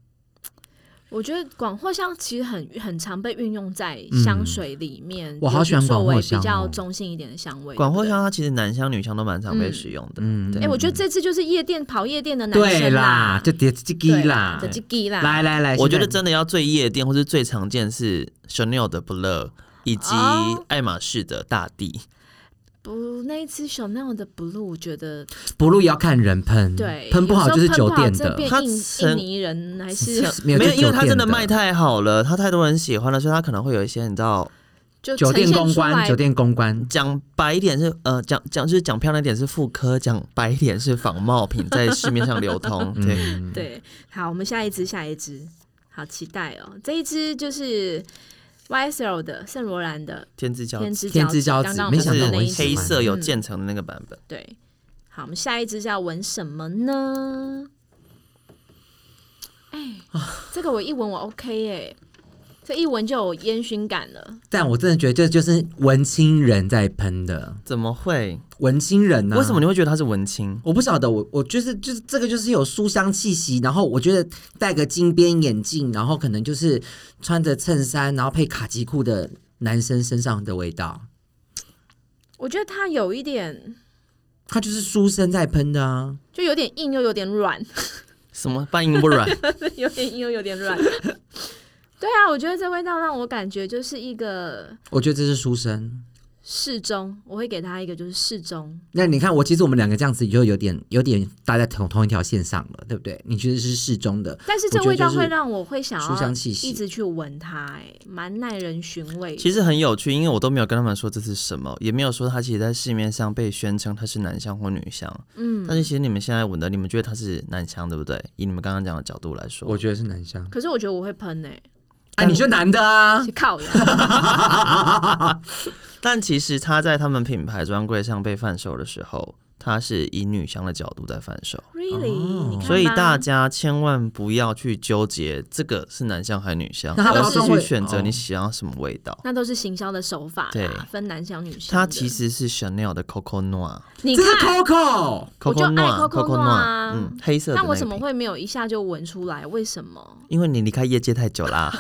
[SPEAKER 3] 我觉得广藿香其实很很常被运用在
[SPEAKER 4] 嗯
[SPEAKER 3] 香水里面，
[SPEAKER 4] 我好喜欢广藿
[SPEAKER 3] 作
[SPEAKER 4] 香哦
[SPEAKER 3] 为比较中性一点的香味。
[SPEAKER 2] 广藿
[SPEAKER 3] 对
[SPEAKER 2] 香它其实男香、女香都蛮常被
[SPEAKER 3] 嗯
[SPEAKER 2] 使用的。
[SPEAKER 4] 嗯
[SPEAKER 2] 对
[SPEAKER 3] 不对，哎，我觉得这次就是夜店跑夜店的男
[SPEAKER 4] 对
[SPEAKER 3] 生啊
[SPEAKER 4] 啦，就叠这
[SPEAKER 3] 对
[SPEAKER 4] 个
[SPEAKER 3] 啦
[SPEAKER 4] 啦，，
[SPEAKER 3] 的鸡啦，
[SPEAKER 4] 来来来，
[SPEAKER 2] 我觉得
[SPEAKER 4] 现在
[SPEAKER 2] 真的要最夜店或是最常见是 Chanel 的 Blur，以及
[SPEAKER 3] 哦
[SPEAKER 2] 爱马仕的大地。
[SPEAKER 3] 不，那一次 Chanel 的 Blue，我觉得
[SPEAKER 4] 不露也要看人喷，
[SPEAKER 3] 对，
[SPEAKER 4] 嗯喷不好就是酒店
[SPEAKER 3] 有时候
[SPEAKER 4] 的
[SPEAKER 3] 喷。不
[SPEAKER 2] 它
[SPEAKER 3] 好这边印
[SPEAKER 2] 成
[SPEAKER 3] 印尼人还
[SPEAKER 4] 是
[SPEAKER 3] 是
[SPEAKER 4] 没有
[SPEAKER 2] 没
[SPEAKER 4] 就
[SPEAKER 2] 有，因为
[SPEAKER 4] 酒
[SPEAKER 2] 它真
[SPEAKER 4] 店
[SPEAKER 2] 的
[SPEAKER 4] 的
[SPEAKER 2] 卖太好了，它太多人喜欢了，所以它可能会有一些你知道，
[SPEAKER 3] [LAUGHS] 就
[SPEAKER 4] 酒店
[SPEAKER 3] 呈现
[SPEAKER 4] 公
[SPEAKER 3] 出
[SPEAKER 4] 关，
[SPEAKER 3] 来
[SPEAKER 4] 酒店公关，
[SPEAKER 2] 讲白一点是呃，讲讲就是讲漂亮一点是妇科，讲白一点是仿冒品在市面上流通。对，
[SPEAKER 4] 嗯，
[SPEAKER 3] 对，好，我们下一支，下一支，好期待哦！这一支就是 YSL 的圣罗兰的
[SPEAKER 2] 天之骄
[SPEAKER 3] 天
[SPEAKER 2] 子
[SPEAKER 3] 之
[SPEAKER 4] 天之
[SPEAKER 3] 骄
[SPEAKER 4] 骄
[SPEAKER 3] 刚
[SPEAKER 4] 子
[SPEAKER 3] 刚我
[SPEAKER 4] 没
[SPEAKER 2] 就
[SPEAKER 3] 们
[SPEAKER 4] 想
[SPEAKER 3] 说
[SPEAKER 4] 到
[SPEAKER 2] 是
[SPEAKER 3] 的那
[SPEAKER 4] 我很
[SPEAKER 3] 一
[SPEAKER 4] 喜
[SPEAKER 3] 支
[SPEAKER 2] 黑
[SPEAKER 4] 欢
[SPEAKER 2] 色有渐层的那个版本。
[SPEAKER 3] 对。好，我们下一支是要闻什么呢？哎，
[SPEAKER 4] 啊
[SPEAKER 3] 这个我一闻我 OK 哎、这一闻就有烟熏感了。
[SPEAKER 4] 但我真的觉得这就是文青人在喷的，
[SPEAKER 2] 怎么会？
[SPEAKER 4] 文青人啊呢、
[SPEAKER 2] 为什么？你会觉得它是文青？
[SPEAKER 4] 我不晓得，我我就是就是这个就是有书香气息，然后我觉得戴个金边眼镜，然后可能就是穿着衬衫，然后配卡其裤的男生身上的味道，
[SPEAKER 3] 我觉得它有一点，
[SPEAKER 4] 他就是书生在喷的啊。
[SPEAKER 3] 就有点硬又有点软， [LAUGHS]
[SPEAKER 2] 什么半硬不软？
[SPEAKER 3] 有点硬又有点软。 [LAUGHS] 对啊，我觉得这味道让我感觉就是一个
[SPEAKER 4] 我觉得这是书生。
[SPEAKER 3] 适中，我会给他一个就是适中。
[SPEAKER 4] 那你看我，其实我们两个这样子就有点有点搭在同同一条线上了，对不对？你觉得是适中的，
[SPEAKER 3] 但是
[SPEAKER 4] 我
[SPEAKER 3] 这
[SPEAKER 4] 觉得
[SPEAKER 3] 味道
[SPEAKER 4] 就是
[SPEAKER 3] 会让我会想
[SPEAKER 4] 书
[SPEAKER 3] 要
[SPEAKER 4] 香气息
[SPEAKER 3] 一直去闻它、哎，蛮耐人寻味。
[SPEAKER 2] 其实很有趣，因为我都没有跟他们说这是什么，也没有说它其实在市面上被宣称它是男香或女香，
[SPEAKER 3] 嗯，
[SPEAKER 2] 但是其实你们现在闻的，你们觉得它是男香，对不对？以你们刚刚讲的角度来说，
[SPEAKER 4] 我觉得是男香。
[SPEAKER 3] 可是我觉得我会喷
[SPEAKER 4] [LAUGHS]
[SPEAKER 3] 哎、
[SPEAKER 4] 啊，你就男的啊
[SPEAKER 3] 是，靠呀，
[SPEAKER 2] 但其实它在他们品牌专柜上被贩售的时候，它是以女香的角度在贩售，
[SPEAKER 3] ，really，、你看吧
[SPEAKER 2] 哦所以大家千万不要去纠结这个是男香还是女
[SPEAKER 3] [LAUGHS]
[SPEAKER 2] 香，
[SPEAKER 4] 那它
[SPEAKER 2] 而
[SPEAKER 4] 包
[SPEAKER 2] 是
[SPEAKER 4] 装
[SPEAKER 2] 去
[SPEAKER 4] 会
[SPEAKER 2] 选择
[SPEAKER 4] 哦
[SPEAKER 2] 你喜欢什么味道。
[SPEAKER 3] 那都是行销的手法
[SPEAKER 2] 对
[SPEAKER 3] 啦，分男香女香的。
[SPEAKER 2] 它其实是 Chanel 的 Coco Noir，
[SPEAKER 3] 你
[SPEAKER 4] [LAUGHS] 这是
[SPEAKER 3] 看，
[SPEAKER 4] Coco。
[SPEAKER 3] 我就
[SPEAKER 2] Coco
[SPEAKER 3] 爱
[SPEAKER 2] Noir
[SPEAKER 3] Coco
[SPEAKER 2] Coco
[SPEAKER 3] Noir 啊
[SPEAKER 2] Noir，嗯，黑色的那
[SPEAKER 3] 但
[SPEAKER 2] 一
[SPEAKER 3] 我怎么
[SPEAKER 2] 瓶？
[SPEAKER 3] 会没有一下就闻出来？为什么？ [LAUGHS]
[SPEAKER 2] 因为你离开业界太久啦、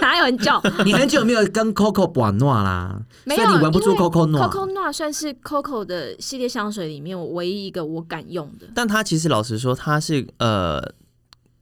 [SPEAKER 3] 哪有
[SPEAKER 2] [LAUGHS]
[SPEAKER 3] 人叫？
[SPEAKER 4] 你很久没有跟 Coco 玩诺啦，
[SPEAKER 3] 没
[SPEAKER 4] 所以
[SPEAKER 3] 有，
[SPEAKER 4] 你闻不出
[SPEAKER 3] 因为
[SPEAKER 4] Coco 诺。
[SPEAKER 3] Coco Noir 算是 Coco 的系列香水里面我唯一一个我敢用的。
[SPEAKER 2] 但它其实老实说，它是呃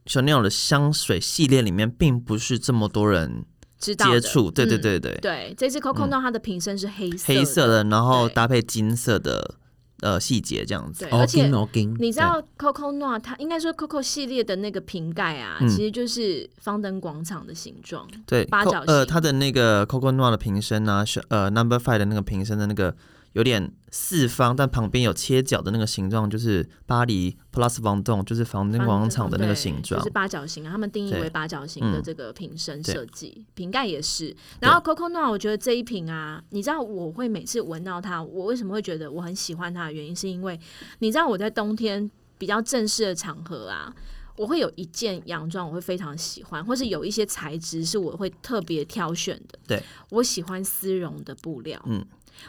[SPEAKER 2] Chanel 的香水系列里面，并不是这么多人
[SPEAKER 3] 知道的
[SPEAKER 2] 接触。对对
[SPEAKER 3] 嗯
[SPEAKER 2] 对对，
[SPEAKER 3] 对，这支 Coco
[SPEAKER 2] 嗯
[SPEAKER 3] Noir 它的瓶身是黑色
[SPEAKER 2] 黑色的，然后
[SPEAKER 3] 对
[SPEAKER 2] 搭配金色的呃细节这样子。
[SPEAKER 3] 对，
[SPEAKER 4] 哦
[SPEAKER 3] 而且
[SPEAKER 4] 金哦金，
[SPEAKER 3] 你知道 Coco Noir 它应该说 Coco 系列的那个瓶盖啊，
[SPEAKER 2] 嗯
[SPEAKER 3] 其实就是方登广场的形状。
[SPEAKER 2] 对，
[SPEAKER 3] 八
[SPEAKER 2] 扣
[SPEAKER 3] 角
[SPEAKER 2] 呃，
[SPEAKER 3] 形
[SPEAKER 2] 它的那个 Coco Noir 的瓶身呢、是呃 Number Five 的那个瓶身的那个有点四方，但旁边有切角的那个形状，就是巴黎 Plus v e n d o m 就是房间广场的那个形状
[SPEAKER 3] 对就是。八角形啊，他们定义
[SPEAKER 2] 对
[SPEAKER 3] 为八角形的
[SPEAKER 2] 嗯
[SPEAKER 3] 这个瓶身
[SPEAKER 2] 对
[SPEAKER 3] 设计，瓶盖也是。然后 Coco Noir，我觉得这一瓶啊，你知道我会每次闻到它，我为什么会觉得我很喜欢它的原因，是因为你知道我在冬天比较正式的场合啊。我会有一件洋装，我会非常喜欢，或是有一些材质是我会特别挑选的。
[SPEAKER 2] 对，
[SPEAKER 3] 我喜欢丝绒的布料。
[SPEAKER 2] 嗯，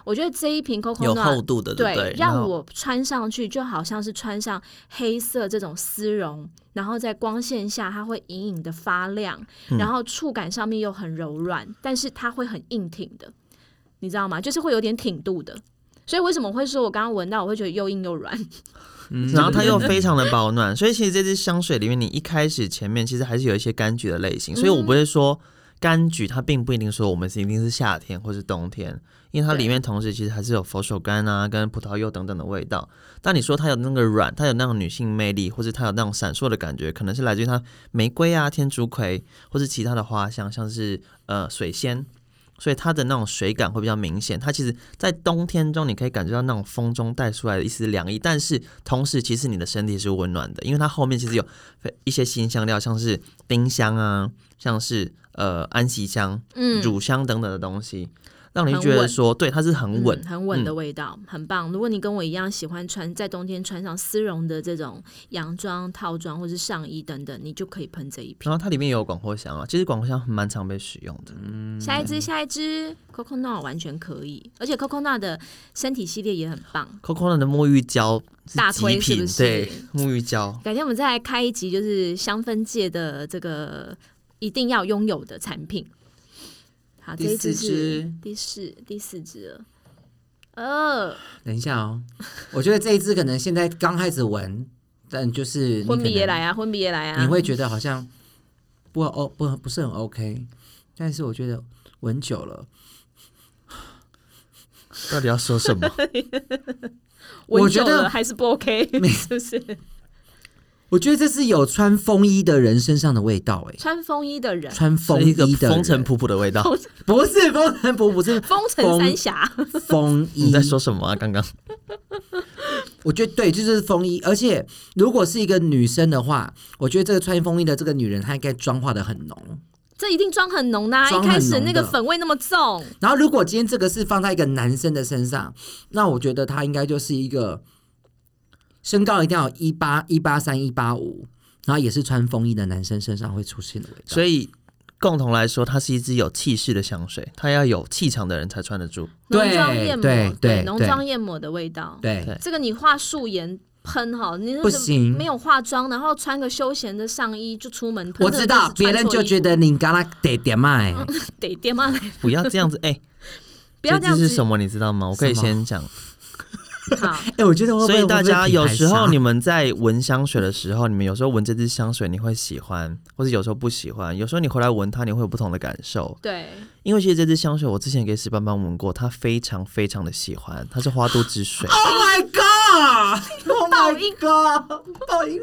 [SPEAKER 3] 我觉得这一瓶 Coco
[SPEAKER 2] 有
[SPEAKER 3] Noir
[SPEAKER 2] 厚度的，不对？然
[SPEAKER 3] 让
[SPEAKER 2] 后
[SPEAKER 3] 我穿上去就好像是穿上黑色这种丝绒，然后在光线下它会隐隐的发亮，
[SPEAKER 2] 嗯
[SPEAKER 3] 然后触感上面又很柔软，但是它会很硬挺的，你知道吗？就是会有点挺度的。所以为什么会说我刚刚闻到我会觉得又硬
[SPEAKER 2] [LAUGHS]
[SPEAKER 3] 又软？
[SPEAKER 4] 嗯
[SPEAKER 2] 然后它又非 [LAUGHS] 常的保暖，所以其实这支香水里面，你一开始前面其实还是有一些柑橘的类型，所以我不会说柑橘它并不一定说我们是一定是夏天或是冬天，因为它里面同时其实还是有佛手柑啊、跟葡萄柚等等的味道。但你说它有那个软，它有那种女性魅力，或者它有那种闪烁的感觉，可能是来自于它玫瑰啊、天竺葵或是其他的花香，像是呃水仙。所以它的那种水感会比较明显，它其实，在冬天中你可以感觉到那种风中带出来的一丝凉意，但是同时其实你的身体是温暖的，因为它后面其实有一些新香料，像是丁香啊，像是呃安息香、
[SPEAKER 3] 嗯，
[SPEAKER 2] 乳香等等的东西，让你
[SPEAKER 3] 很
[SPEAKER 2] 觉得
[SPEAKER 3] 稳
[SPEAKER 2] 说，对，它是很稳
[SPEAKER 3] 嗯、，很稳的
[SPEAKER 2] 嗯
[SPEAKER 3] 味道，很棒。如果你跟我一样喜欢穿在冬天穿上丝绒的这种洋装、套装或是上衣等等，你就可以喷这一瓶。
[SPEAKER 2] 然后它里面也有广藿香啊，其实广藿香蛮常被使用的。
[SPEAKER 3] 嗯
[SPEAKER 4] 嗯
[SPEAKER 3] 下一支，下一支 Coconut 完全可以，而且 Coconut 的身体系列也很棒。
[SPEAKER 2] Coco 的沐浴胶是
[SPEAKER 3] 大
[SPEAKER 2] 极
[SPEAKER 3] 推是
[SPEAKER 2] 品，
[SPEAKER 3] 不是
[SPEAKER 2] 对，沐浴胶。
[SPEAKER 3] 改天我们再来开一集，就是香氛界的这个一定要拥有的产品。好，这
[SPEAKER 4] 第
[SPEAKER 3] 一支
[SPEAKER 4] 四
[SPEAKER 3] 是
[SPEAKER 4] 支
[SPEAKER 3] 第四第四支了。呃，
[SPEAKER 4] 等一下哦，我觉得这一支可能现在刚开始闻，但就是你
[SPEAKER 3] 婚
[SPEAKER 4] 可
[SPEAKER 3] 礼也
[SPEAKER 4] 能
[SPEAKER 3] 来啊，婚礼也来啊，
[SPEAKER 4] 你会觉得好像不 O 不不是很 OK，但是我觉得闻久了，
[SPEAKER 2] 到底要说
[SPEAKER 3] [LAUGHS]
[SPEAKER 2] 什么？
[SPEAKER 3] 闻
[SPEAKER 4] 我觉
[SPEAKER 3] 久了
[SPEAKER 4] 得
[SPEAKER 3] 还是不
[SPEAKER 4] [LAUGHS]
[SPEAKER 3] OK，是不是？
[SPEAKER 4] 我觉得这是有穿风衣的人身上的味道哎、
[SPEAKER 3] 穿风衣的人，
[SPEAKER 4] 穿风
[SPEAKER 2] 是
[SPEAKER 4] 衣
[SPEAKER 2] 一
[SPEAKER 4] 的
[SPEAKER 2] 个
[SPEAKER 4] 人
[SPEAKER 2] 风尘仆仆的味道。
[SPEAKER 4] 不是风尘仆仆，是
[SPEAKER 3] [LAUGHS] 风城三峡，
[SPEAKER 4] 风衣。
[SPEAKER 2] [LAUGHS] 你在说什么啊？刚刚
[SPEAKER 4] 我觉得对，这就是风衣。而且如果是一个女生的话，我觉得这个穿风衣的这个女人，她应该妆化的很浓。
[SPEAKER 3] 这一定妆很浓的、啊，一
[SPEAKER 4] 妆
[SPEAKER 3] 开
[SPEAKER 4] 很
[SPEAKER 3] 始那个
[SPEAKER 4] 浓的
[SPEAKER 3] 粉味那么重，
[SPEAKER 4] 然后如果今天这个是放在一个男生的身上，那我觉得他应该就是一个身高一定要一八一八三一八五。然后也是穿风衣的男生身上会出现的味道，
[SPEAKER 2] 所以共同来说，它是一支有气势的香水，它要有气场的人才穿得住。
[SPEAKER 3] 浓
[SPEAKER 4] 对
[SPEAKER 3] 妆艳抹，
[SPEAKER 4] 对对
[SPEAKER 3] 浓
[SPEAKER 4] 对
[SPEAKER 3] 妆艳抹的味道。
[SPEAKER 4] 对
[SPEAKER 2] 对
[SPEAKER 3] 这个你画素颜喷哈，你就是
[SPEAKER 4] 不行
[SPEAKER 3] 没有化妆，然后穿个休闲的上衣就出门喷，
[SPEAKER 4] 我知道，别人就觉
[SPEAKER 3] 得
[SPEAKER 4] 得你嘎啦得点卖，
[SPEAKER 3] 嗯得爹妈来，
[SPEAKER 4] [LAUGHS]
[SPEAKER 2] 不要这样子， [LAUGHS] 哎、
[SPEAKER 3] 不要
[SPEAKER 2] 这
[SPEAKER 3] 这样
[SPEAKER 2] 支
[SPEAKER 3] 子。
[SPEAKER 2] 是什么？你知道吗？我可以
[SPEAKER 4] 什么
[SPEAKER 2] 先讲。
[SPEAKER 3] 好，
[SPEAKER 4] 哎、我觉得会不
[SPEAKER 2] 所
[SPEAKER 4] 会
[SPEAKER 2] 以大家有时候你
[SPEAKER 4] 们
[SPEAKER 2] 们在闻香水的时候，你们有时候闻这支香水，你会喜欢，或者有时候不喜欢。有时候你回来闻它，你会有不同的感受。
[SPEAKER 3] 对，
[SPEAKER 2] 因为其实这支香水我之前给史班班闻过，他非常非常的喜欢，它是花都之
[SPEAKER 3] [LAUGHS]
[SPEAKER 2] 水。
[SPEAKER 4] ，Oh my God，Oh
[SPEAKER 3] 报应
[SPEAKER 4] my God，报应，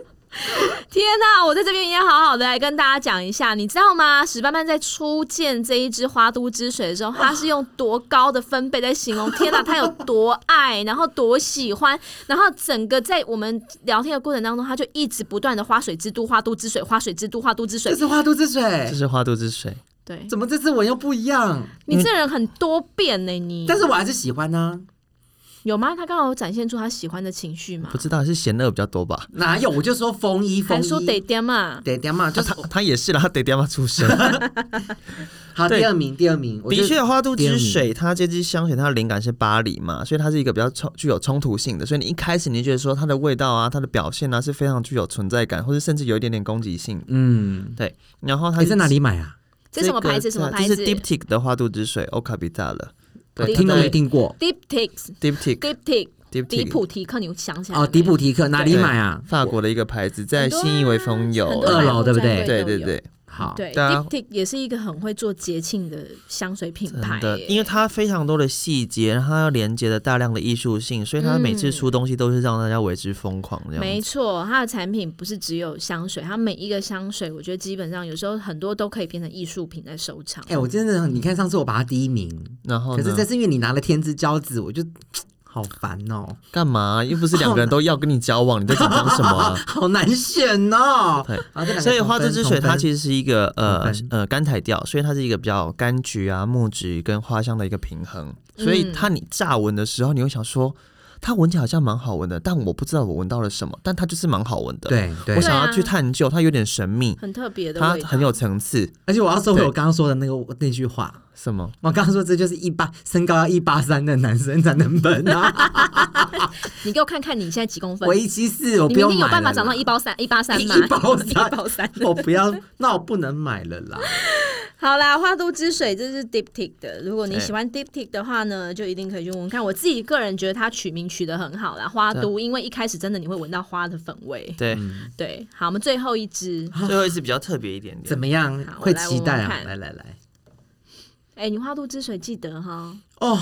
[SPEAKER 3] 天呐，我在这边也好好的来跟大家讲一下，你知道吗？史班班在初见这一支花都之水的时候，他是用多高的分贝在
[SPEAKER 2] [LAUGHS]
[SPEAKER 3] 形容，天呐，他有多爱，然后多喜欢，然后整个在我们聊天的过程当中，他就一直不断的花水之都、花都之水、花水之都、花都之
[SPEAKER 2] [LAUGHS]
[SPEAKER 4] 这
[SPEAKER 3] 水。
[SPEAKER 4] 是花都之
[SPEAKER 3] 哎
[SPEAKER 2] 这
[SPEAKER 4] 水，
[SPEAKER 2] 是花都之水，
[SPEAKER 3] 对，
[SPEAKER 4] 怎么这次我又不一样？
[SPEAKER 3] 你这人很多变呢、你
[SPEAKER 4] 但是我还是喜欢啊呢、
[SPEAKER 3] 有吗？他刚好有展现出他喜欢的情绪吗
[SPEAKER 2] 不？知道是嫌恶比较多吧？
[SPEAKER 4] 哪有？我就说风衣，风
[SPEAKER 3] 还
[SPEAKER 4] 衣
[SPEAKER 3] 说得点嘛？
[SPEAKER 4] 得点嘛，就是
[SPEAKER 2] 他他也是啦，他得爹妈出身。
[SPEAKER 4] 好
[SPEAKER 2] 对
[SPEAKER 4] 第二名，第二名，我就
[SPEAKER 2] 的确，花都
[SPEAKER 4] 第二
[SPEAKER 2] 之
[SPEAKER 4] 名
[SPEAKER 2] 水，它这支香水它的灵感是巴黎嘛，所以它是一个比较冲具有冲突性的，所以你一开始你就觉得说它的味道啊，它的表现啊是非常具有存在感，或者甚至有一点点攻击性。
[SPEAKER 4] 嗯，
[SPEAKER 2] 然后它
[SPEAKER 4] 你在哪里买啊？
[SPEAKER 3] 这什么
[SPEAKER 2] 个
[SPEAKER 3] 牌子？什么
[SPEAKER 2] 在
[SPEAKER 3] 牌子
[SPEAKER 2] 这是 Diptic 的花都之水哦呃 o c a p i t a 了。
[SPEAKER 4] 我
[SPEAKER 3] 对
[SPEAKER 4] 听都
[SPEAKER 3] 对
[SPEAKER 4] 没听过
[SPEAKER 3] Diptychs
[SPEAKER 2] Diptic
[SPEAKER 3] Diptychs 迪
[SPEAKER 2] Diptic
[SPEAKER 3] 普提克，你想起来了
[SPEAKER 4] 哦，
[SPEAKER 3] 没
[SPEAKER 4] 迪普提克哪里买啊？
[SPEAKER 2] 法国的一个牌子，在新义威风有
[SPEAKER 3] 很多
[SPEAKER 4] 二楼对不对
[SPEAKER 3] 百货专
[SPEAKER 2] 对对
[SPEAKER 3] 柜都有
[SPEAKER 2] 对，
[SPEAKER 4] 好，
[SPEAKER 3] 对
[SPEAKER 2] 对啊
[SPEAKER 3] d i p t i c 也是一个很会做节庆的香水品牌
[SPEAKER 2] 真的，
[SPEAKER 3] 耶，
[SPEAKER 2] 因为它非常多的细节，然后它要连接了大量的艺术性，所以它每次出东西都是让大家为之疯狂这样子。
[SPEAKER 3] 嗯没错，它的产品不是只有香水，它每一个香水，我觉得基本上有时候很多都可以变成艺术品在收藏。
[SPEAKER 4] 哎、我真的很，你看上次我把它第一名，
[SPEAKER 2] 然后
[SPEAKER 4] 可
[SPEAKER 2] 呢？
[SPEAKER 4] 是这次因为你拿了天之骄子，我就好烦哦，
[SPEAKER 2] 干嘛？又不是两个人都要跟你交往，你在紧张什么啊、
[SPEAKER 4] [LAUGHS] 好难选哦
[SPEAKER 2] 对。
[SPEAKER 4] 好这两个
[SPEAKER 2] 所以
[SPEAKER 4] 同
[SPEAKER 2] 花
[SPEAKER 4] 分
[SPEAKER 2] 之之水，
[SPEAKER 4] 同
[SPEAKER 2] 它
[SPEAKER 4] 分
[SPEAKER 2] 其实是一个呃
[SPEAKER 4] 同分
[SPEAKER 2] 呃甘苔调，所以它是一个比较柑橘啊、木质跟花香的一个平衡。
[SPEAKER 4] 嗯
[SPEAKER 2] 所以它你乍闻的时候，你会想说，它闻起来好像蛮好闻的，但我不知道我闻到了什么，但它就是蛮好闻的。，
[SPEAKER 4] 对
[SPEAKER 2] 我
[SPEAKER 4] 对，啊
[SPEAKER 2] 想要
[SPEAKER 3] 对啊
[SPEAKER 2] 去探究，它有点神秘，
[SPEAKER 3] 很特别的
[SPEAKER 2] 它
[SPEAKER 3] 味道，
[SPEAKER 2] 很有层次。
[SPEAKER 4] 而且我要收回
[SPEAKER 2] 对
[SPEAKER 4] 我刚刚说的那个那句话。
[SPEAKER 2] 什么？
[SPEAKER 4] 我刚刚说这就是一八身高要一八三的男生才能喷 [LAUGHS] 啊，
[SPEAKER 3] 你给我看看你现在几公分
[SPEAKER 4] 我？一七四，我
[SPEAKER 3] 你明
[SPEAKER 4] 不用
[SPEAKER 3] 天有
[SPEAKER 4] 买
[SPEAKER 3] 办法
[SPEAKER 4] 了
[SPEAKER 3] 长到
[SPEAKER 4] 啦
[SPEAKER 3] 一包三一八
[SPEAKER 2] [LAUGHS]
[SPEAKER 3] 三吗？
[SPEAKER 4] 一包三
[SPEAKER 3] [LAUGHS] 一包三。
[SPEAKER 4] [LAUGHS] 我不要，那我不能买了啦。
[SPEAKER 3] 好啦，花都之水这是 Diptic 的，如果你
[SPEAKER 2] 对
[SPEAKER 3] 喜欢 Diptic 的话呢，就一定可以去闻闻看。我自己个人觉得它取名取得很好啦，花都，因为一开始真的你会闻到花的粉味。
[SPEAKER 2] 对，
[SPEAKER 4] 嗯
[SPEAKER 3] 对，好，我们最后一支，
[SPEAKER 4] [LAUGHS]
[SPEAKER 2] 最后一次比较特别一点点
[SPEAKER 4] 怎。么样？
[SPEAKER 3] 好我
[SPEAKER 4] 会
[SPEAKER 3] 来
[SPEAKER 4] 期待
[SPEAKER 3] 闻闻
[SPEAKER 4] 啊！
[SPEAKER 3] 看
[SPEAKER 4] 来来来，
[SPEAKER 3] 哎、你花都之水记得哈。
[SPEAKER 4] 哦，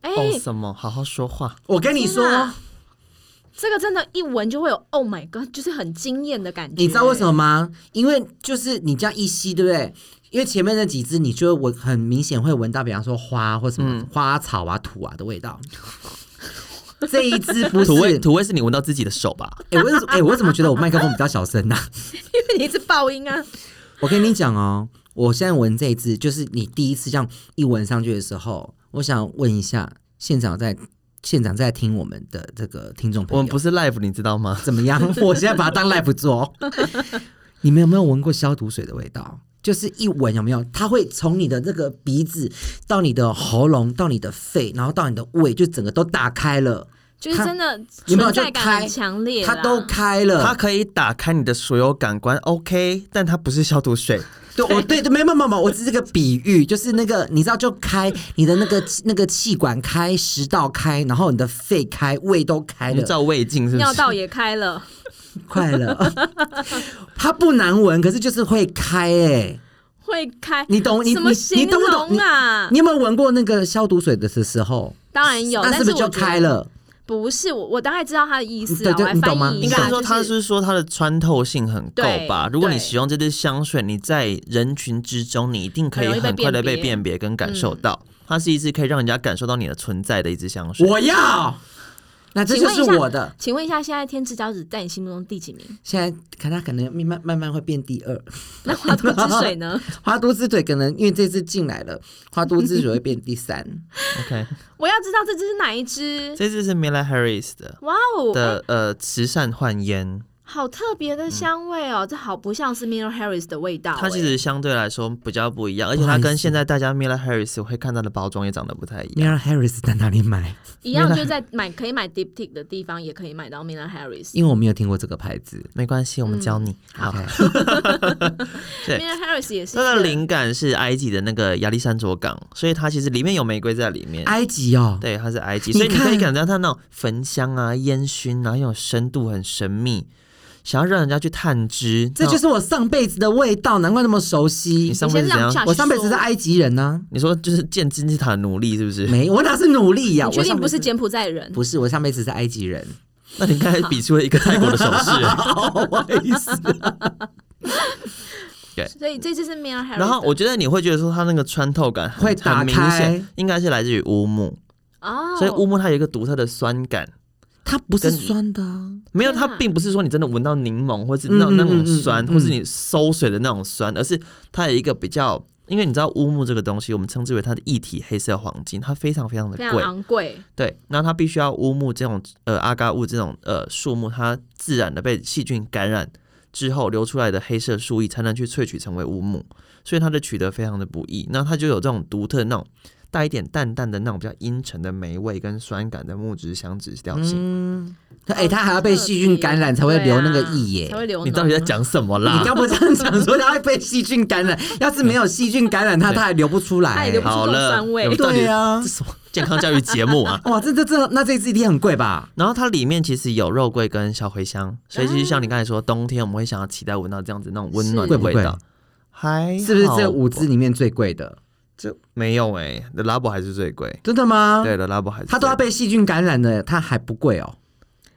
[SPEAKER 3] 哎、
[SPEAKER 2] 哦什么？好好说话。
[SPEAKER 4] 我跟你说
[SPEAKER 3] 天，哪这个真的，一闻就会有 Oh my God，就是很惊艳的感觉。
[SPEAKER 4] 你知道为什
[SPEAKER 3] 么？
[SPEAKER 4] 么吗？因为就是你这样一吸，对不对？因为前面那几支，你就我很明显会闻到，比方说花或什么花草啊、土啊的味道。 [LAUGHS] 这一支不是
[SPEAKER 2] 土味，土味是你闻到自己的手吧？
[SPEAKER 4] 哎、我怎哎、我怎么觉得我麦克风比较小声
[SPEAKER 3] [LAUGHS]
[SPEAKER 4] 呢、啊
[SPEAKER 3] 因为你一直爆音啊。
[SPEAKER 4] [LAUGHS] 我跟你讲哦，我现在闻这一支，就是你第一次这样一闻上去的时候，我想问一下现场在现场在听我们的这个听众朋
[SPEAKER 2] 我
[SPEAKER 4] 友，
[SPEAKER 2] 们不是 live，你知道吗？
[SPEAKER 4] 怎
[SPEAKER 3] [LAUGHS]
[SPEAKER 4] 么样？我现在把它当 live 做。你们有没有闻过消毒水的味道？就是一闻有没有？它会从你的这个鼻子到你的喉咙，到你的肺，然后到你的胃，就整个都打开了，
[SPEAKER 3] 就是真的
[SPEAKER 4] 有没有
[SPEAKER 3] 存在感
[SPEAKER 4] 就开
[SPEAKER 3] 很强烈啦，
[SPEAKER 4] 它都开了。
[SPEAKER 2] 它可以打开你的所有感官，OK，但它不是消毒水。
[SPEAKER 4] 对，我对对，没有没有没有没有，我只是个比喻，就是那个你知道，就开你的那个那个气管开，食道开，然后你的肺开，胃都开
[SPEAKER 2] 你
[SPEAKER 4] 了，
[SPEAKER 2] 照胃镜是不
[SPEAKER 3] 尿
[SPEAKER 2] 是？
[SPEAKER 3] 道也开了。
[SPEAKER 4] 快了。它不难闻，可是就是会开哎、
[SPEAKER 3] 会开，
[SPEAKER 4] 你懂你
[SPEAKER 3] 什么
[SPEAKER 4] 你
[SPEAKER 3] 形
[SPEAKER 4] 你懂不懂
[SPEAKER 3] 容啊？
[SPEAKER 4] 你有没有闻过那个消毒水的时时候？
[SPEAKER 3] 当然有，
[SPEAKER 4] 那
[SPEAKER 3] 但
[SPEAKER 4] 是不是就
[SPEAKER 3] 我觉得
[SPEAKER 4] 开？了？
[SPEAKER 3] 不是，我我大概知道他的意思
[SPEAKER 4] 对
[SPEAKER 3] 啊，
[SPEAKER 4] 对
[SPEAKER 3] 我还
[SPEAKER 4] 你懂吗
[SPEAKER 3] 翻译一
[SPEAKER 2] 应
[SPEAKER 3] 下，
[SPEAKER 2] 该
[SPEAKER 3] 就
[SPEAKER 2] 说，它
[SPEAKER 3] 是
[SPEAKER 2] 是说它的穿透性很够吧？
[SPEAKER 3] 对
[SPEAKER 2] 如果你
[SPEAKER 3] 对
[SPEAKER 2] 使用这支香水，你在人群之中，你一定可以
[SPEAKER 3] 很容易被
[SPEAKER 2] 很快的被
[SPEAKER 3] 辨别嗯
[SPEAKER 2] 辨别跟感受到。它是一支可以让人家感受到你的存在的一支香水。
[SPEAKER 4] 我要，那这
[SPEAKER 3] 请
[SPEAKER 4] 就
[SPEAKER 3] 问
[SPEAKER 4] 是
[SPEAKER 3] 一下
[SPEAKER 4] 我的。
[SPEAKER 3] 请问一下，现在天之骄子在你心目中第几名？
[SPEAKER 4] 现在看它可能慢慢慢慢会变第二， [LAUGHS]
[SPEAKER 3] 那花都之水呢？
[SPEAKER 4] 花都之腿可能因为这次进来了，花都之腿会变第三。
[SPEAKER 2] OK，
[SPEAKER 3] 我要知道这只是哪一只？
[SPEAKER 2] 这支是 Mila Harris 的
[SPEAKER 3] 哇哦，
[SPEAKER 2] 的呃慈善焕烟，
[SPEAKER 3] 好特别的香味
[SPEAKER 4] 嗯
[SPEAKER 3] 哦，这好不像是 Milo Harris 的味道。
[SPEAKER 2] 它其
[SPEAKER 3] 哎
[SPEAKER 2] 实相对来说比较不一样，而且
[SPEAKER 4] 不好
[SPEAKER 2] 它
[SPEAKER 4] 意思
[SPEAKER 2] 跟现在大家 Mila Harris 会看到的包装也长得不太
[SPEAKER 3] 嗯
[SPEAKER 2] 一样。
[SPEAKER 4] [LAUGHS] Mira Harris 在哪里买？
[SPEAKER 3] 一样，就在买可以买 Diptic 的地方，也可以买到 Milo Harris。
[SPEAKER 4] 因为我没有听过这个牌子。
[SPEAKER 2] 没关系，我们教你。
[SPEAKER 3] 嗯
[SPEAKER 2] 好
[SPEAKER 4] OK，
[SPEAKER 2] 对
[SPEAKER 3] Milo Harris 也是一
[SPEAKER 2] 它
[SPEAKER 3] 个
[SPEAKER 2] 的灵感是埃及的那个亚历山卓港，所以它其实里面有玫瑰在里面。
[SPEAKER 4] 埃及哦，
[SPEAKER 2] 对，它是埃及，
[SPEAKER 4] 你
[SPEAKER 2] 所以你可以
[SPEAKER 4] 看
[SPEAKER 2] 感觉到它那种焚香啊、烟熏啊，很有深度，很神秘，想要让人家去探知。
[SPEAKER 4] 这就是我上辈子的味道，难怪那么熟悉
[SPEAKER 2] 你。上辈子怎
[SPEAKER 3] 你先让
[SPEAKER 2] 样？
[SPEAKER 3] 下
[SPEAKER 4] 我上辈子是埃及人呢、
[SPEAKER 2] 你说就是见金字塔奴隶是不是？
[SPEAKER 4] 没，我哪是努力呀、
[SPEAKER 3] 你
[SPEAKER 4] 我
[SPEAKER 3] 确定
[SPEAKER 4] 上辈
[SPEAKER 3] 不是
[SPEAKER 4] 子
[SPEAKER 3] 柬埔寨人？
[SPEAKER 4] 不是，我上辈子是埃及人。
[SPEAKER 2] 那你刚才比出了一个泰国的手势。
[SPEAKER 4] 不 [LAUGHS] 好意思，
[SPEAKER 3] 所以这只是 Milo Harris。
[SPEAKER 2] 然后我觉得你会觉得说它那个穿透感很
[SPEAKER 4] 会打
[SPEAKER 2] 很明
[SPEAKER 4] 开
[SPEAKER 2] 显，应该是来自于乌木，
[SPEAKER 3] 哦，
[SPEAKER 2] 所以乌木它有一个独特的酸感。
[SPEAKER 4] 它不是
[SPEAKER 2] 跟你
[SPEAKER 4] 酸的、啊。
[SPEAKER 2] 没有，
[SPEAKER 3] 天啊
[SPEAKER 2] 它并不是说你真的闻到柠檬，或是那种那
[SPEAKER 4] 嗯嗯嗯
[SPEAKER 2] 种
[SPEAKER 4] 嗯
[SPEAKER 2] 酸，
[SPEAKER 4] 嗯
[SPEAKER 2] 或是你馊水的那种酸，而是它有一个比较，因为你知道乌木这个东西，我们称之为它的液体黑色黄金，它非常非常的
[SPEAKER 3] 非常
[SPEAKER 2] 贵，
[SPEAKER 3] 昂贵。
[SPEAKER 2] 对，那它必须要乌木这种呃阿嘎物这种呃树木，它自然的被细菌感染之后流出来的黑色树液才能去萃取成为乌木，所以它的取得非常的不易，那它就有这种独特的那种带一点淡淡的那种比较阴沉的霉味跟酸感的木质香脂调性。
[SPEAKER 4] 嗯，哎、它还要被细菌感染才会
[SPEAKER 3] 对啊
[SPEAKER 4] 留那个液耶。
[SPEAKER 3] 才会流脓啊。
[SPEAKER 2] 你到底在讲什么啦？
[SPEAKER 4] 你刚不这样讲说它会被细菌感染，要是没有细菌感染它，
[SPEAKER 2] 对
[SPEAKER 4] 它还流不出来、
[SPEAKER 3] 它也流不
[SPEAKER 2] 好了，
[SPEAKER 3] 酸味
[SPEAKER 2] 我们到底
[SPEAKER 4] 对啊？
[SPEAKER 2] 这什么健康教育节目啊 [LAUGHS]
[SPEAKER 4] 哇，这这这，那这次一定很贵吧？
[SPEAKER 2] 然后它里面其实有肉桂跟小茴
[SPEAKER 3] 啊
[SPEAKER 2] 香，所以其实像你刚才说，冬天我们会想要期待闻到这样子那种温暖
[SPEAKER 3] 是
[SPEAKER 2] 的
[SPEAKER 4] 贵不
[SPEAKER 2] 味
[SPEAKER 4] 贵
[SPEAKER 2] 道，还
[SPEAKER 4] 是不是这
[SPEAKER 2] 好
[SPEAKER 4] 五支
[SPEAKER 2] 吧
[SPEAKER 4] 里面最贵的？
[SPEAKER 2] 这没有哎、欸、，The Labo 还是最贵，
[SPEAKER 4] 真的
[SPEAKER 3] 啊
[SPEAKER 4] 吗？
[SPEAKER 2] 对，The Labo 还是
[SPEAKER 4] 它都要
[SPEAKER 2] 最贵
[SPEAKER 4] 被细菌感染了，它还不贵哦。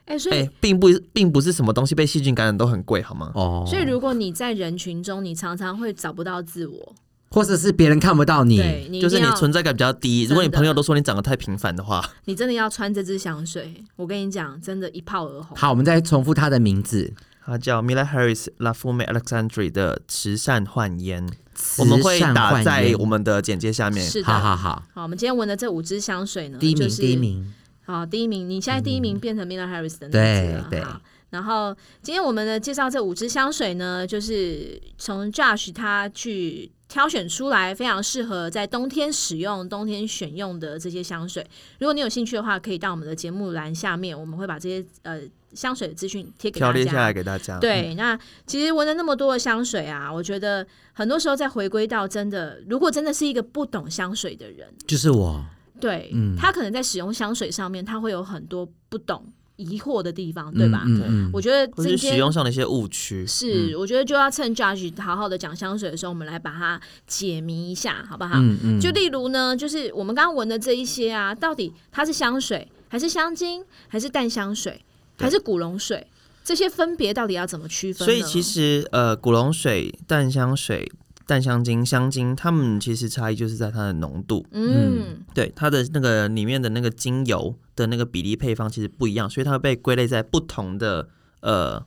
[SPEAKER 3] 哎、所
[SPEAKER 2] 哎、
[SPEAKER 3] 以、
[SPEAKER 2] 并不并不是什么东西被细菌感染都很贵好吗？
[SPEAKER 4] 哦，
[SPEAKER 3] 所以如果你在人群中，你常常会找不到自我，
[SPEAKER 4] 或者是别人看不到
[SPEAKER 3] 对
[SPEAKER 4] 你，
[SPEAKER 3] 你一
[SPEAKER 2] 就是
[SPEAKER 3] 定
[SPEAKER 2] 你
[SPEAKER 3] 要
[SPEAKER 2] 存在感比较低，如果你
[SPEAKER 3] 真的
[SPEAKER 2] 朋友都说你长得太平凡的话，
[SPEAKER 3] 你真的要穿这支香水，我跟你讲，真的，一炮而红。
[SPEAKER 4] 好，我们再重复它的名字。
[SPEAKER 2] 它叫 Mila Harris La Fume Alexandri 的慈善焕烟，
[SPEAKER 4] 慈
[SPEAKER 2] 我们会
[SPEAKER 4] 善
[SPEAKER 2] 打
[SPEAKER 4] 焕
[SPEAKER 2] 在
[SPEAKER 4] 颜
[SPEAKER 2] 我们的简介下面。
[SPEAKER 3] 是的，
[SPEAKER 4] 好好好，
[SPEAKER 3] 好我们今天闻的这五支香水呢，
[SPEAKER 4] 第一名，
[SPEAKER 3] 就是
[SPEAKER 4] 第一，名，
[SPEAKER 3] 好，第一名，你现在第一名变成 Mila Harris 的那一支
[SPEAKER 4] 对
[SPEAKER 3] 了
[SPEAKER 4] 对。
[SPEAKER 3] 好然后今天我们的介绍这五支香水呢，就是从 Josh 他去挑选出来非常适合在冬天使用、冬天选用的这些香水。如果你有兴趣的话，可以到我们的节目栏下面，我们会把这些呃香水的资讯贴给大
[SPEAKER 2] 条
[SPEAKER 3] 家。
[SPEAKER 2] 列下来给大家。
[SPEAKER 3] 对，那其实闻了那么多的香水啊，我觉得很多时候再回归到真的，如果真的是一个不懂香水的人，
[SPEAKER 4] 就是我。
[SPEAKER 3] 对、
[SPEAKER 4] 嗯
[SPEAKER 3] 他可能在使用香水上面，他会有很多不懂疑惑的地方，对吧？
[SPEAKER 4] 嗯嗯嗯
[SPEAKER 3] 我觉得
[SPEAKER 2] 或
[SPEAKER 3] 这
[SPEAKER 2] 是
[SPEAKER 3] 些
[SPEAKER 2] 使用嗯上的一些误区，
[SPEAKER 3] 是，我觉得就要趁 Judge 好好的讲香水的时候，我们来把它解谜一下，好不好？
[SPEAKER 4] 嗯嗯，
[SPEAKER 3] 就例如呢，就是我们刚刚闻的这一些啊，到底它是香水，还是香精，还是淡香水，还是古龙水？这些分别到底要怎么区分呢？
[SPEAKER 2] 所以其实呃，古龙水、淡香水、淡香精、香精，它们其实差异就是在它的浓度，
[SPEAKER 3] 嗯，
[SPEAKER 2] 对它的那个里面的那个精油的那个比例配方其实不一样，所以它会被归类在不同的呃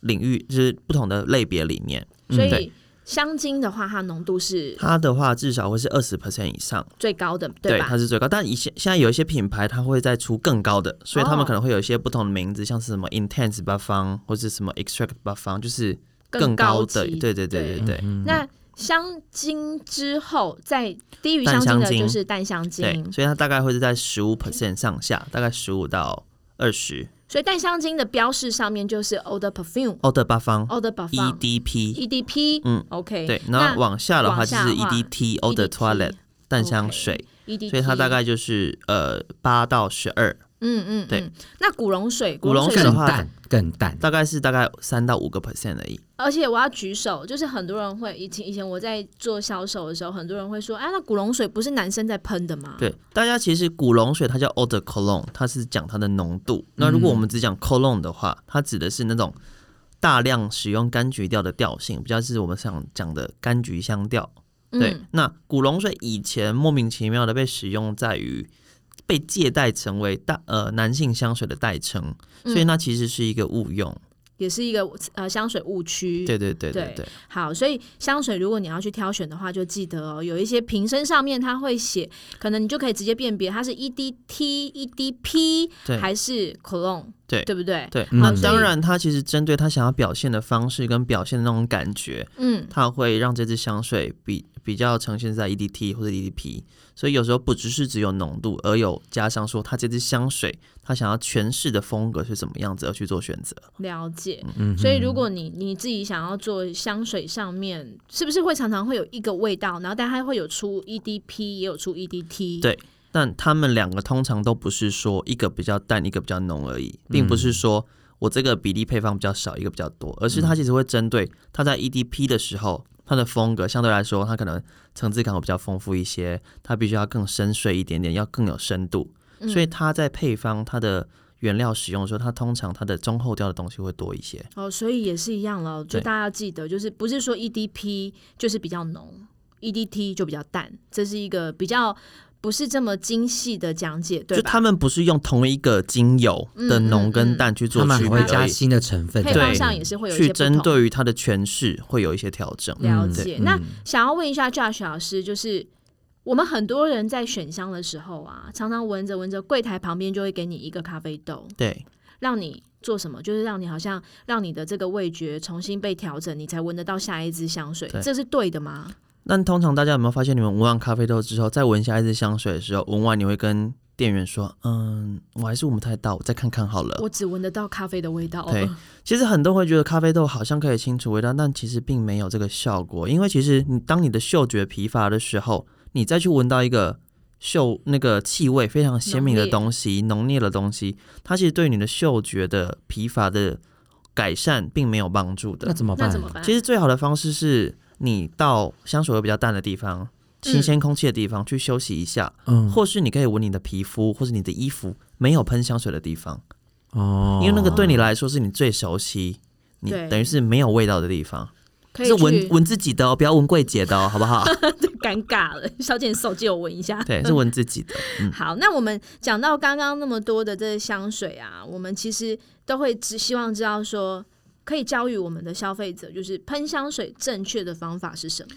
[SPEAKER 2] 领域，就是不同的类别里面。
[SPEAKER 3] 所
[SPEAKER 2] 嗯对
[SPEAKER 3] 以香精的话，它浓度是
[SPEAKER 2] 它的话至少会是二十 percent 以上，
[SPEAKER 3] 最高的，吧？
[SPEAKER 2] 它是最高。但以前现在有一些品牌，它会再出更高的，所以他们
[SPEAKER 3] 哦
[SPEAKER 2] 可能会有一些不同的名字，像是什么 intense 八方或是什么 extract 八方，就是更
[SPEAKER 3] 高
[SPEAKER 2] 高的。
[SPEAKER 3] 级
[SPEAKER 2] 对对对对对。
[SPEAKER 3] 那香精之后，再低于
[SPEAKER 2] 淡
[SPEAKER 3] 香精的
[SPEAKER 2] 香精
[SPEAKER 3] 就是淡香精
[SPEAKER 2] 对，，所以它大概会是在十五 percent 上下，大概十五到二十。
[SPEAKER 3] 所以淡香精的标示上面就是 old perfume、
[SPEAKER 2] 欧德八方
[SPEAKER 3] old E parfum、
[SPEAKER 2] EDP，
[SPEAKER 3] EDP，
[SPEAKER 2] 嗯
[SPEAKER 3] ，OK，
[SPEAKER 2] E 对，然后往下的话
[SPEAKER 3] 往
[SPEAKER 2] 就
[SPEAKER 3] 下
[SPEAKER 2] 是
[SPEAKER 3] 的话
[SPEAKER 2] EDT o d e toilet 淡香水，
[SPEAKER 3] EDP，
[SPEAKER 2] 所以它大概就是呃八到十二，
[SPEAKER 3] 嗯嗯
[SPEAKER 2] 对
[SPEAKER 3] 嗯。那古龙水，
[SPEAKER 2] 古龙水
[SPEAKER 3] 水
[SPEAKER 2] 的
[SPEAKER 4] 更
[SPEAKER 2] 话
[SPEAKER 4] 淡更淡，
[SPEAKER 2] 大概是大概三到五个 percent 而已。
[SPEAKER 3] 而且我要举手，就是很多人会以前以前我在做销售的时候，很多人会说，啊，那古龙水不是男生在喷的吗？
[SPEAKER 2] 对，大家其实古龙水它叫 o d e cologne，它是讲它的浓度。那如果我们只讲 cologne 的话，它指的是那种大量使用柑橘调的调性，比较是我们想讲的柑橘香调。对，
[SPEAKER 3] 嗯，
[SPEAKER 2] 那古龙水以前莫名其妙的被使用在于被借代成为大呃男性香水的代称，所以那其实是一个误用。
[SPEAKER 3] 也是一个呃香水误区。
[SPEAKER 2] 对对对对
[SPEAKER 3] 对好，所以香水如果你要去挑选的话，就记得哦，有一些瓶身上面它会写，可能你就可以直接辨别它是 EDT、EDP
[SPEAKER 2] 对对
[SPEAKER 3] 还是 cologne，
[SPEAKER 2] 对
[SPEAKER 3] 对不对？
[SPEAKER 2] 对。
[SPEAKER 4] 嗯
[SPEAKER 2] 那
[SPEAKER 4] 所以
[SPEAKER 2] 当然，它其实针对他想要表现的方式跟表现的那种感觉，
[SPEAKER 3] 嗯，
[SPEAKER 2] 它会让这支香水比比较呈现在 EDT 或者 EDP，所以有时候不只是只有浓度，而有加上说它这支香水它想要诠释的风格是什么样子而去做选择。
[SPEAKER 3] 了解。
[SPEAKER 2] 嗯
[SPEAKER 3] 所以如果你你自己想要做香水上面，是不是会常常会有一个味道，然后但它会有出 EDP，也有出 EDT，
[SPEAKER 2] 对但他们两个通常都不是说一个比较淡，一个比较浓而已，并不是说我这个比例配方比较少，一个比较多，而是它其实会针对它在 EDP 的时候，它的风格相对来说，它可能层次感会比较丰富一些，它必须要更深邃一点点，要更有深度，
[SPEAKER 3] 嗯
[SPEAKER 2] 所以它在配方它的。原料使用的时候，它通常它的中后调的东西会多一些，
[SPEAKER 3] 哦，所以也是一样了，就
[SPEAKER 2] 对
[SPEAKER 3] 大家要记得，就是不是说 EDP 就是比较浓，EDT 就比较淡，这是一个比较不是这么精细的讲解，对
[SPEAKER 2] 就
[SPEAKER 3] 吧？
[SPEAKER 2] 他们不是用同一个精油的
[SPEAKER 3] 嗯嗯
[SPEAKER 2] 浓跟
[SPEAKER 3] 嗯
[SPEAKER 2] 淡去做
[SPEAKER 4] 他们
[SPEAKER 2] 区
[SPEAKER 4] 还
[SPEAKER 2] 别
[SPEAKER 4] 会加
[SPEAKER 2] 而已，
[SPEAKER 4] 新的成分，
[SPEAKER 3] 配
[SPEAKER 2] 对
[SPEAKER 3] 方上也是会有一
[SPEAKER 2] 去
[SPEAKER 3] 些不
[SPEAKER 2] 针
[SPEAKER 3] 同。
[SPEAKER 2] 对于它的诠释会有一些调整。
[SPEAKER 3] 了
[SPEAKER 4] 嗯
[SPEAKER 3] 解。
[SPEAKER 4] 嗯
[SPEAKER 3] 那想要问一下 Josh 老师，就是我们很多人在选香的时候啊，常常闻着闻着，柜台旁边就会给你一个咖啡豆，
[SPEAKER 2] 对，
[SPEAKER 3] 让你做什么？就是让你好像让你的这个味觉重新被调整，你才闻得到下一支香水
[SPEAKER 2] 对，
[SPEAKER 3] 这是对的吗？
[SPEAKER 2] 但通常大家有没有发现，你们闻完咖啡豆之后，再闻下一支香水的时候，闻完你会跟店员说：“嗯，我还是闻不太到，我再看看好了。
[SPEAKER 3] 我只闻得到咖啡的味道。
[SPEAKER 2] 呃
[SPEAKER 3] 哦
[SPEAKER 2] 对，其实很多人会觉得咖啡豆好像可以清除味道，但其实并没有这个效果，因为其实你当你的嗅觉疲乏的时候，你再去闻到一个。嗅那个气味非常鲜明的
[SPEAKER 3] 浓烈
[SPEAKER 2] 东西，浓烈的东西，它其实对你的嗅觉的疲乏的改善并没有帮助的
[SPEAKER 4] 那。怎么
[SPEAKER 3] 那
[SPEAKER 4] 办？
[SPEAKER 3] 怎么办？
[SPEAKER 2] 其实最好的方式是你到香水味比较淡的地方、新鲜空气的地方去休息一下，
[SPEAKER 4] 嗯，
[SPEAKER 2] 或是你可以闻你的皮肤或是你的衣服没有喷香水的地方，
[SPEAKER 4] 哦，
[SPEAKER 2] 因为那个对你来说是你最熟悉，你
[SPEAKER 3] 对
[SPEAKER 2] 等于是没有味道的地方，
[SPEAKER 3] 可以
[SPEAKER 2] 是闻
[SPEAKER 3] 去
[SPEAKER 2] 闻自己的哦，不要闻柜姐的哦，好不好？ [LAUGHS]
[SPEAKER 3] 尴尬了， [LAUGHS] 小姐，你手借我闻一下。
[SPEAKER 2] 对，是闻自己的。嗯，
[SPEAKER 3] 好，那我们讲到刚刚那么多的这些香水啊，我们其实都会只希望知道说，可以教育我们的消费者，就是喷香水正确的方法是什么？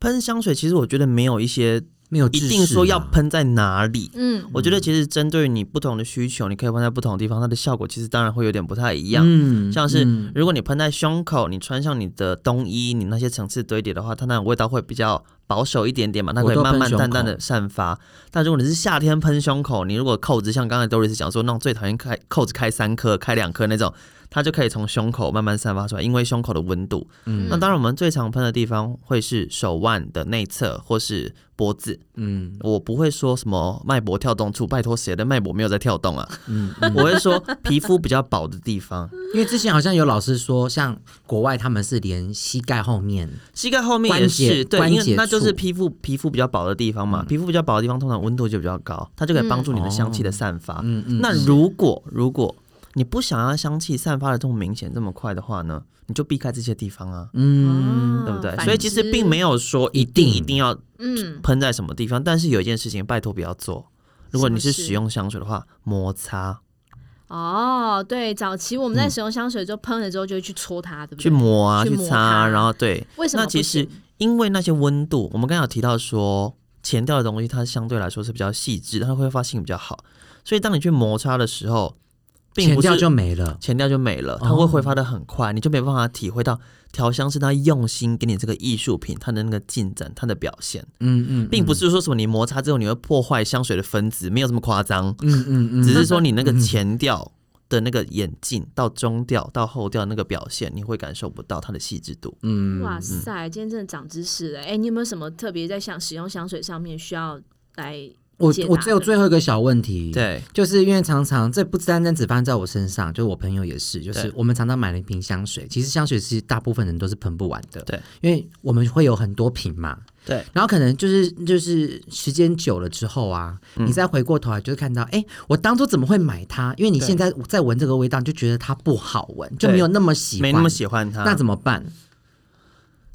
[SPEAKER 2] 喷香水其实我觉得没有一些
[SPEAKER 4] 没有啊
[SPEAKER 2] 一
[SPEAKER 4] 制
[SPEAKER 2] 定
[SPEAKER 4] 式
[SPEAKER 2] 说要
[SPEAKER 4] 嘛，
[SPEAKER 2] 喷在哪里，
[SPEAKER 3] 嗯，
[SPEAKER 2] 我觉得其实针对于你不同的需求，你可以喷在不同的地方，它的效果其实当然会有点不太一样。
[SPEAKER 4] 嗯
[SPEAKER 2] 像是
[SPEAKER 4] 嗯
[SPEAKER 2] 如果你喷在胸口，你穿上你的冬衣，你那些层次堆叠的话，它那种味道会比较保守一点点嘛，它
[SPEAKER 4] 我
[SPEAKER 2] 可以
[SPEAKER 4] 都
[SPEAKER 2] 慢
[SPEAKER 4] 喷
[SPEAKER 2] 慢
[SPEAKER 4] 胸
[SPEAKER 2] 淡淡
[SPEAKER 4] 口
[SPEAKER 2] 的散发。但如果你是夏天喷胸口，你如果扣子像刚才 Doris 讲说，那种最讨厌开扣子开三颗、开两颗那种，它就可以从胸口慢慢散发出来，因为胸口的温度。
[SPEAKER 3] 嗯
[SPEAKER 2] 那当然，我们最常喷的地方会是手腕的内侧或是脖子。
[SPEAKER 4] 嗯
[SPEAKER 2] 我不会说什么脉搏跳动处，拜托谁的脉搏没有在跳动啊？
[SPEAKER 4] 嗯，
[SPEAKER 2] 我会说皮肤比较薄的地方，
[SPEAKER 4] 因为之前好像有老师说，像国外他们是连膝盖后面，
[SPEAKER 2] 膝盖后面也
[SPEAKER 4] 关节
[SPEAKER 2] 是对，
[SPEAKER 4] 关
[SPEAKER 2] 因为
[SPEAKER 4] 节
[SPEAKER 2] 那就是
[SPEAKER 4] 处嗯
[SPEAKER 2] 皮肤皮肤比较薄的地方嘛，皮肤比较薄的地方通常温度就比较高，它
[SPEAKER 3] 嗯
[SPEAKER 2] 就可以帮助你的香气的散发。
[SPEAKER 4] 哦嗯嗯，
[SPEAKER 2] 那如果如果你不想要香气散发的这么明显、这么快的话呢，你就避开这些地方啊，
[SPEAKER 4] 嗯
[SPEAKER 2] 对不对？
[SPEAKER 3] 反
[SPEAKER 2] 所以其实
[SPEAKER 3] 之
[SPEAKER 2] 并没有说一定
[SPEAKER 4] 定
[SPEAKER 2] 一定要
[SPEAKER 3] 嗯，
[SPEAKER 2] 喷在什么地方，但是有一件事情拜托不要做，如果你是
[SPEAKER 3] 什么事
[SPEAKER 2] 使用香水的话，摩擦
[SPEAKER 3] 哦，对，早期我们在使用香水就喷了之后就会去搓它，对不
[SPEAKER 2] 嗯去
[SPEAKER 3] 对？
[SPEAKER 2] 抹啊，
[SPEAKER 3] 去
[SPEAKER 2] 去
[SPEAKER 3] 摩
[SPEAKER 2] 擦啊，
[SPEAKER 3] 擦
[SPEAKER 2] 然后对，
[SPEAKER 3] 为什么
[SPEAKER 2] 那其
[SPEAKER 3] 不行
[SPEAKER 2] 实因为那些温度，我们刚刚有提到说，前调的东西它相对来说是比较细致，它的挥发性比较好，所以当你去摩擦的时候，并
[SPEAKER 4] 前
[SPEAKER 2] 不是
[SPEAKER 4] 调就哦没了，
[SPEAKER 2] 前调就没了，它会挥发的很快，你就没办法体会到调香师他用心给你这个艺术品它的那个进展，它的表现，
[SPEAKER 4] 嗯嗯，
[SPEAKER 2] 并不是说什么你摩擦之后你会破坏香水的分子，没有这么夸张，
[SPEAKER 4] 嗯嗯嗯，
[SPEAKER 2] 只是说你那个前调。的那个演进到中调到后调那个表现，你会感受不到它的细致度。
[SPEAKER 4] 嗯
[SPEAKER 3] 哇塞，今天真的长知识了。哎，你有没有什么特别在想使用香水上面需要来？
[SPEAKER 4] 我
[SPEAKER 3] 解答
[SPEAKER 4] 我只有
[SPEAKER 3] 的
[SPEAKER 4] 最后一个小问题，，
[SPEAKER 2] 对，
[SPEAKER 4] 就是因为常常这不单单只发生在我身上，就是我朋友也是，就是
[SPEAKER 2] 对
[SPEAKER 4] 我们常常买了一瓶香水，其实香水是大部分人都是喷不完的，
[SPEAKER 2] 对，
[SPEAKER 4] 因为我们会有很多瓶嘛，
[SPEAKER 2] 对，
[SPEAKER 4] 然后可能就是就是时间久了之后啊，
[SPEAKER 2] 嗯
[SPEAKER 4] 你再回过头来就会看到，哎、我当初怎么会买它？因为你
[SPEAKER 2] 对
[SPEAKER 4] 现在再闻这个味道，你就觉得它不好闻，就
[SPEAKER 2] 对
[SPEAKER 4] 没有那么喜欢，
[SPEAKER 2] 没那么喜欢它，
[SPEAKER 4] 那怎么办？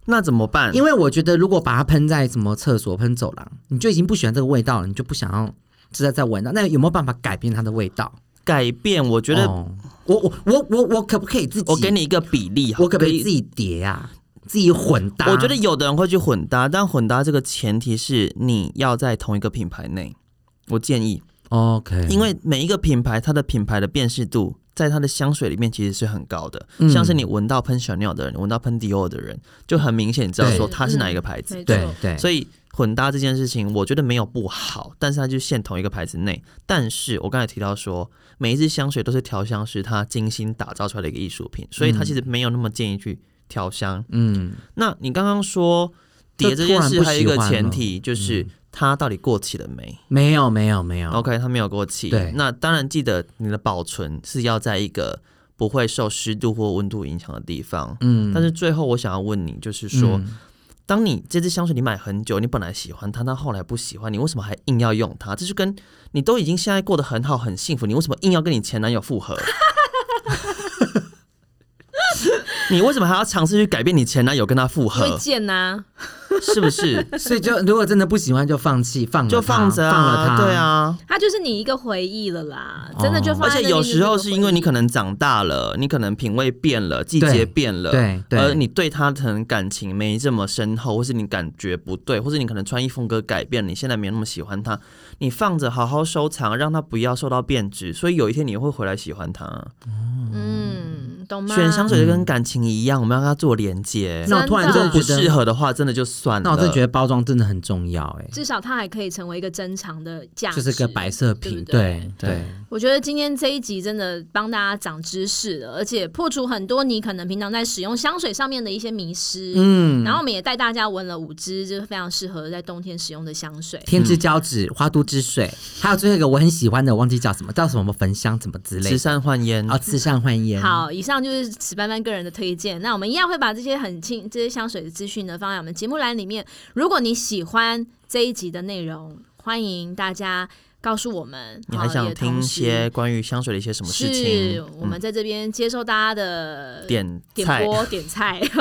[SPEAKER 2] 那怎么办？
[SPEAKER 4] 因
[SPEAKER 2] 为
[SPEAKER 4] 为我觉得如果把它喷在什么厕所、喷走廊，你就已经不喜欢这个味道了，你就不想要再再闻到。那有没有办法改变它的味道？
[SPEAKER 2] 改变，我觉得、
[SPEAKER 4] 哦我我我我我可不可以自己？
[SPEAKER 2] 我给，你一个比例，
[SPEAKER 4] 我可不可以自
[SPEAKER 2] 己？
[SPEAKER 4] 己叠啊？自己混搭？
[SPEAKER 2] 我觉得有的人会去混搭，但混搭这个前提是你要在同一个品牌内。我建议，
[SPEAKER 4] OK，
[SPEAKER 2] 因为每一个品牌它的品牌的辨识度，在它的香水里面其实是很高的。
[SPEAKER 4] 嗯
[SPEAKER 2] 像是你闻到喷 Chanel 的人，闻到喷 Dior 的人，就很明显你知道
[SPEAKER 4] 对
[SPEAKER 2] 说它是哪一个
[SPEAKER 3] 嗯
[SPEAKER 2] 牌子。
[SPEAKER 3] 没
[SPEAKER 4] 对
[SPEAKER 3] 错
[SPEAKER 4] 对，
[SPEAKER 2] 所以混搭这件事情，我觉得没有不好，但是它就限同一个牌子内。但是我刚才提到说，每一支香水都是调香师他精心打造出来的一个艺术品，所以他其实没有那么建议去调香。
[SPEAKER 4] 嗯，
[SPEAKER 2] 那你刚刚说叠这件事，还有一个前提就是
[SPEAKER 4] 嗯
[SPEAKER 2] 它到底过期了没、
[SPEAKER 4] 没有没有没有
[SPEAKER 2] o k 它没有过期。
[SPEAKER 4] 对
[SPEAKER 2] 那当然记得你的保存是要在一个不会受湿度或温度影响的地方。
[SPEAKER 4] 嗯，
[SPEAKER 2] 但是最后我想要问你，就是说。
[SPEAKER 4] 嗯
[SPEAKER 2] 当你这支香水你买很久，你本来喜欢它，但后来不喜欢，你为什么还硬要用它？这就跟你都已经现在过得很好、很幸福，你为什么硬要跟你前男友复合？你为什么还要尝试去改变你前男友跟他复
[SPEAKER 3] 因为
[SPEAKER 2] 合？
[SPEAKER 3] 贱呐，
[SPEAKER 2] 是不是？
[SPEAKER 4] 所以就如果真的不喜欢就放弃，放了
[SPEAKER 2] 就
[SPEAKER 4] 它
[SPEAKER 2] 放着
[SPEAKER 4] 放了
[SPEAKER 2] 啊，
[SPEAKER 4] 它，
[SPEAKER 2] 对，啊。
[SPEAKER 3] 它就是你一个回忆了啦，真的就
[SPEAKER 4] 哦
[SPEAKER 3] 放
[SPEAKER 2] 而
[SPEAKER 3] 在那
[SPEAKER 2] 且
[SPEAKER 3] 边
[SPEAKER 2] 有时候
[SPEAKER 3] 就是一个
[SPEAKER 2] 因为
[SPEAKER 3] 回忆
[SPEAKER 2] 你可能长大了，你可能品味变了，季
[SPEAKER 4] 对
[SPEAKER 2] 节变了，
[SPEAKER 4] 对对
[SPEAKER 2] 而你对他可能感情没这么深厚，或是你感觉不对，或是你可能穿衣风格改变，你现在没那么喜欢他，你放着好好收藏，让它不要受到变质，所以有一天你会回来喜欢它。
[SPEAKER 3] 嗯，懂吗？
[SPEAKER 2] 选香水就跟感情一样，我们要跟它做连接。
[SPEAKER 3] 嗯
[SPEAKER 4] 那我突然
[SPEAKER 2] 如
[SPEAKER 4] 真
[SPEAKER 2] 果
[SPEAKER 4] 的
[SPEAKER 2] 不
[SPEAKER 4] 觉
[SPEAKER 2] 适
[SPEAKER 4] 得，
[SPEAKER 2] 合的话，真的就算了。
[SPEAKER 4] 那我真的觉得包装真的很重要，哎，
[SPEAKER 3] 至少它还可以成为一个珍藏的价值，
[SPEAKER 4] 就是个摆设
[SPEAKER 3] 对
[SPEAKER 4] 品，对
[SPEAKER 2] 对
[SPEAKER 4] 对，
[SPEAKER 3] 我觉得今天这一集真的帮大家长知识了，而且破除很多你可能平常在使用香水上面的一些迷失。
[SPEAKER 4] 嗯，
[SPEAKER 3] 然后我们也带大家闻了五支，就是非常适合在冬天使用的香水。
[SPEAKER 4] 天之骄子、花都之水，还有最后一个我很喜欢的，我忘记叫什么，叫什么焚香怎么之类
[SPEAKER 2] 慈
[SPEAKER 4] 的，
[SPEAKER 2] 善换烟
[SPEAKER 4] 啊，，慈善欢颜，，
[SPEAKER 3] 好，以上就是史班班个人的推荐。那我们一样会把这些很清这些香水的资讯呢放在我们节目栏里面。如果你喜欢这一集的内容，欢迎大家告诉我们。
[SPEAKER 2] 你
[SPEAKER 3] 好
[SPEAKER 2] 还想
[SPEAKER 3] 也同
[SPEAKER 2] 听一
[SPEAKER 3] 时
[SPEAKER 2] 些关于香水的一些什么事
[SPEAKER 3] 是
[SPEAKER 2] 情？嗯
[SPEAKER 3] 我们在这边接受大家的
[SPEAKER 2] 点
[SPEAKER 3] 点
[SPEAKER 2] 菜。
[SPEAKER 3] 播点菜。 [LAUGHS]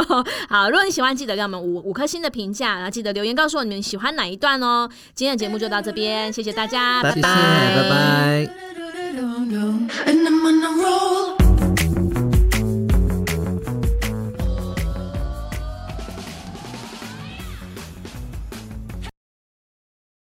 [SPEAKER 3] 好，如果你喜欢，记得给我们五五颗星的评价，然后记得留言告诉我你们喜欢哪一段哦。今天的节目就到这边，谢谢大家，
[SPEAKER 2] 拜
[SPEAKER 4] 谢谢，
[SPEAKER 2] 拜
[SPEAKER 4] 拜拜。
[SPEAKER 1] Bye.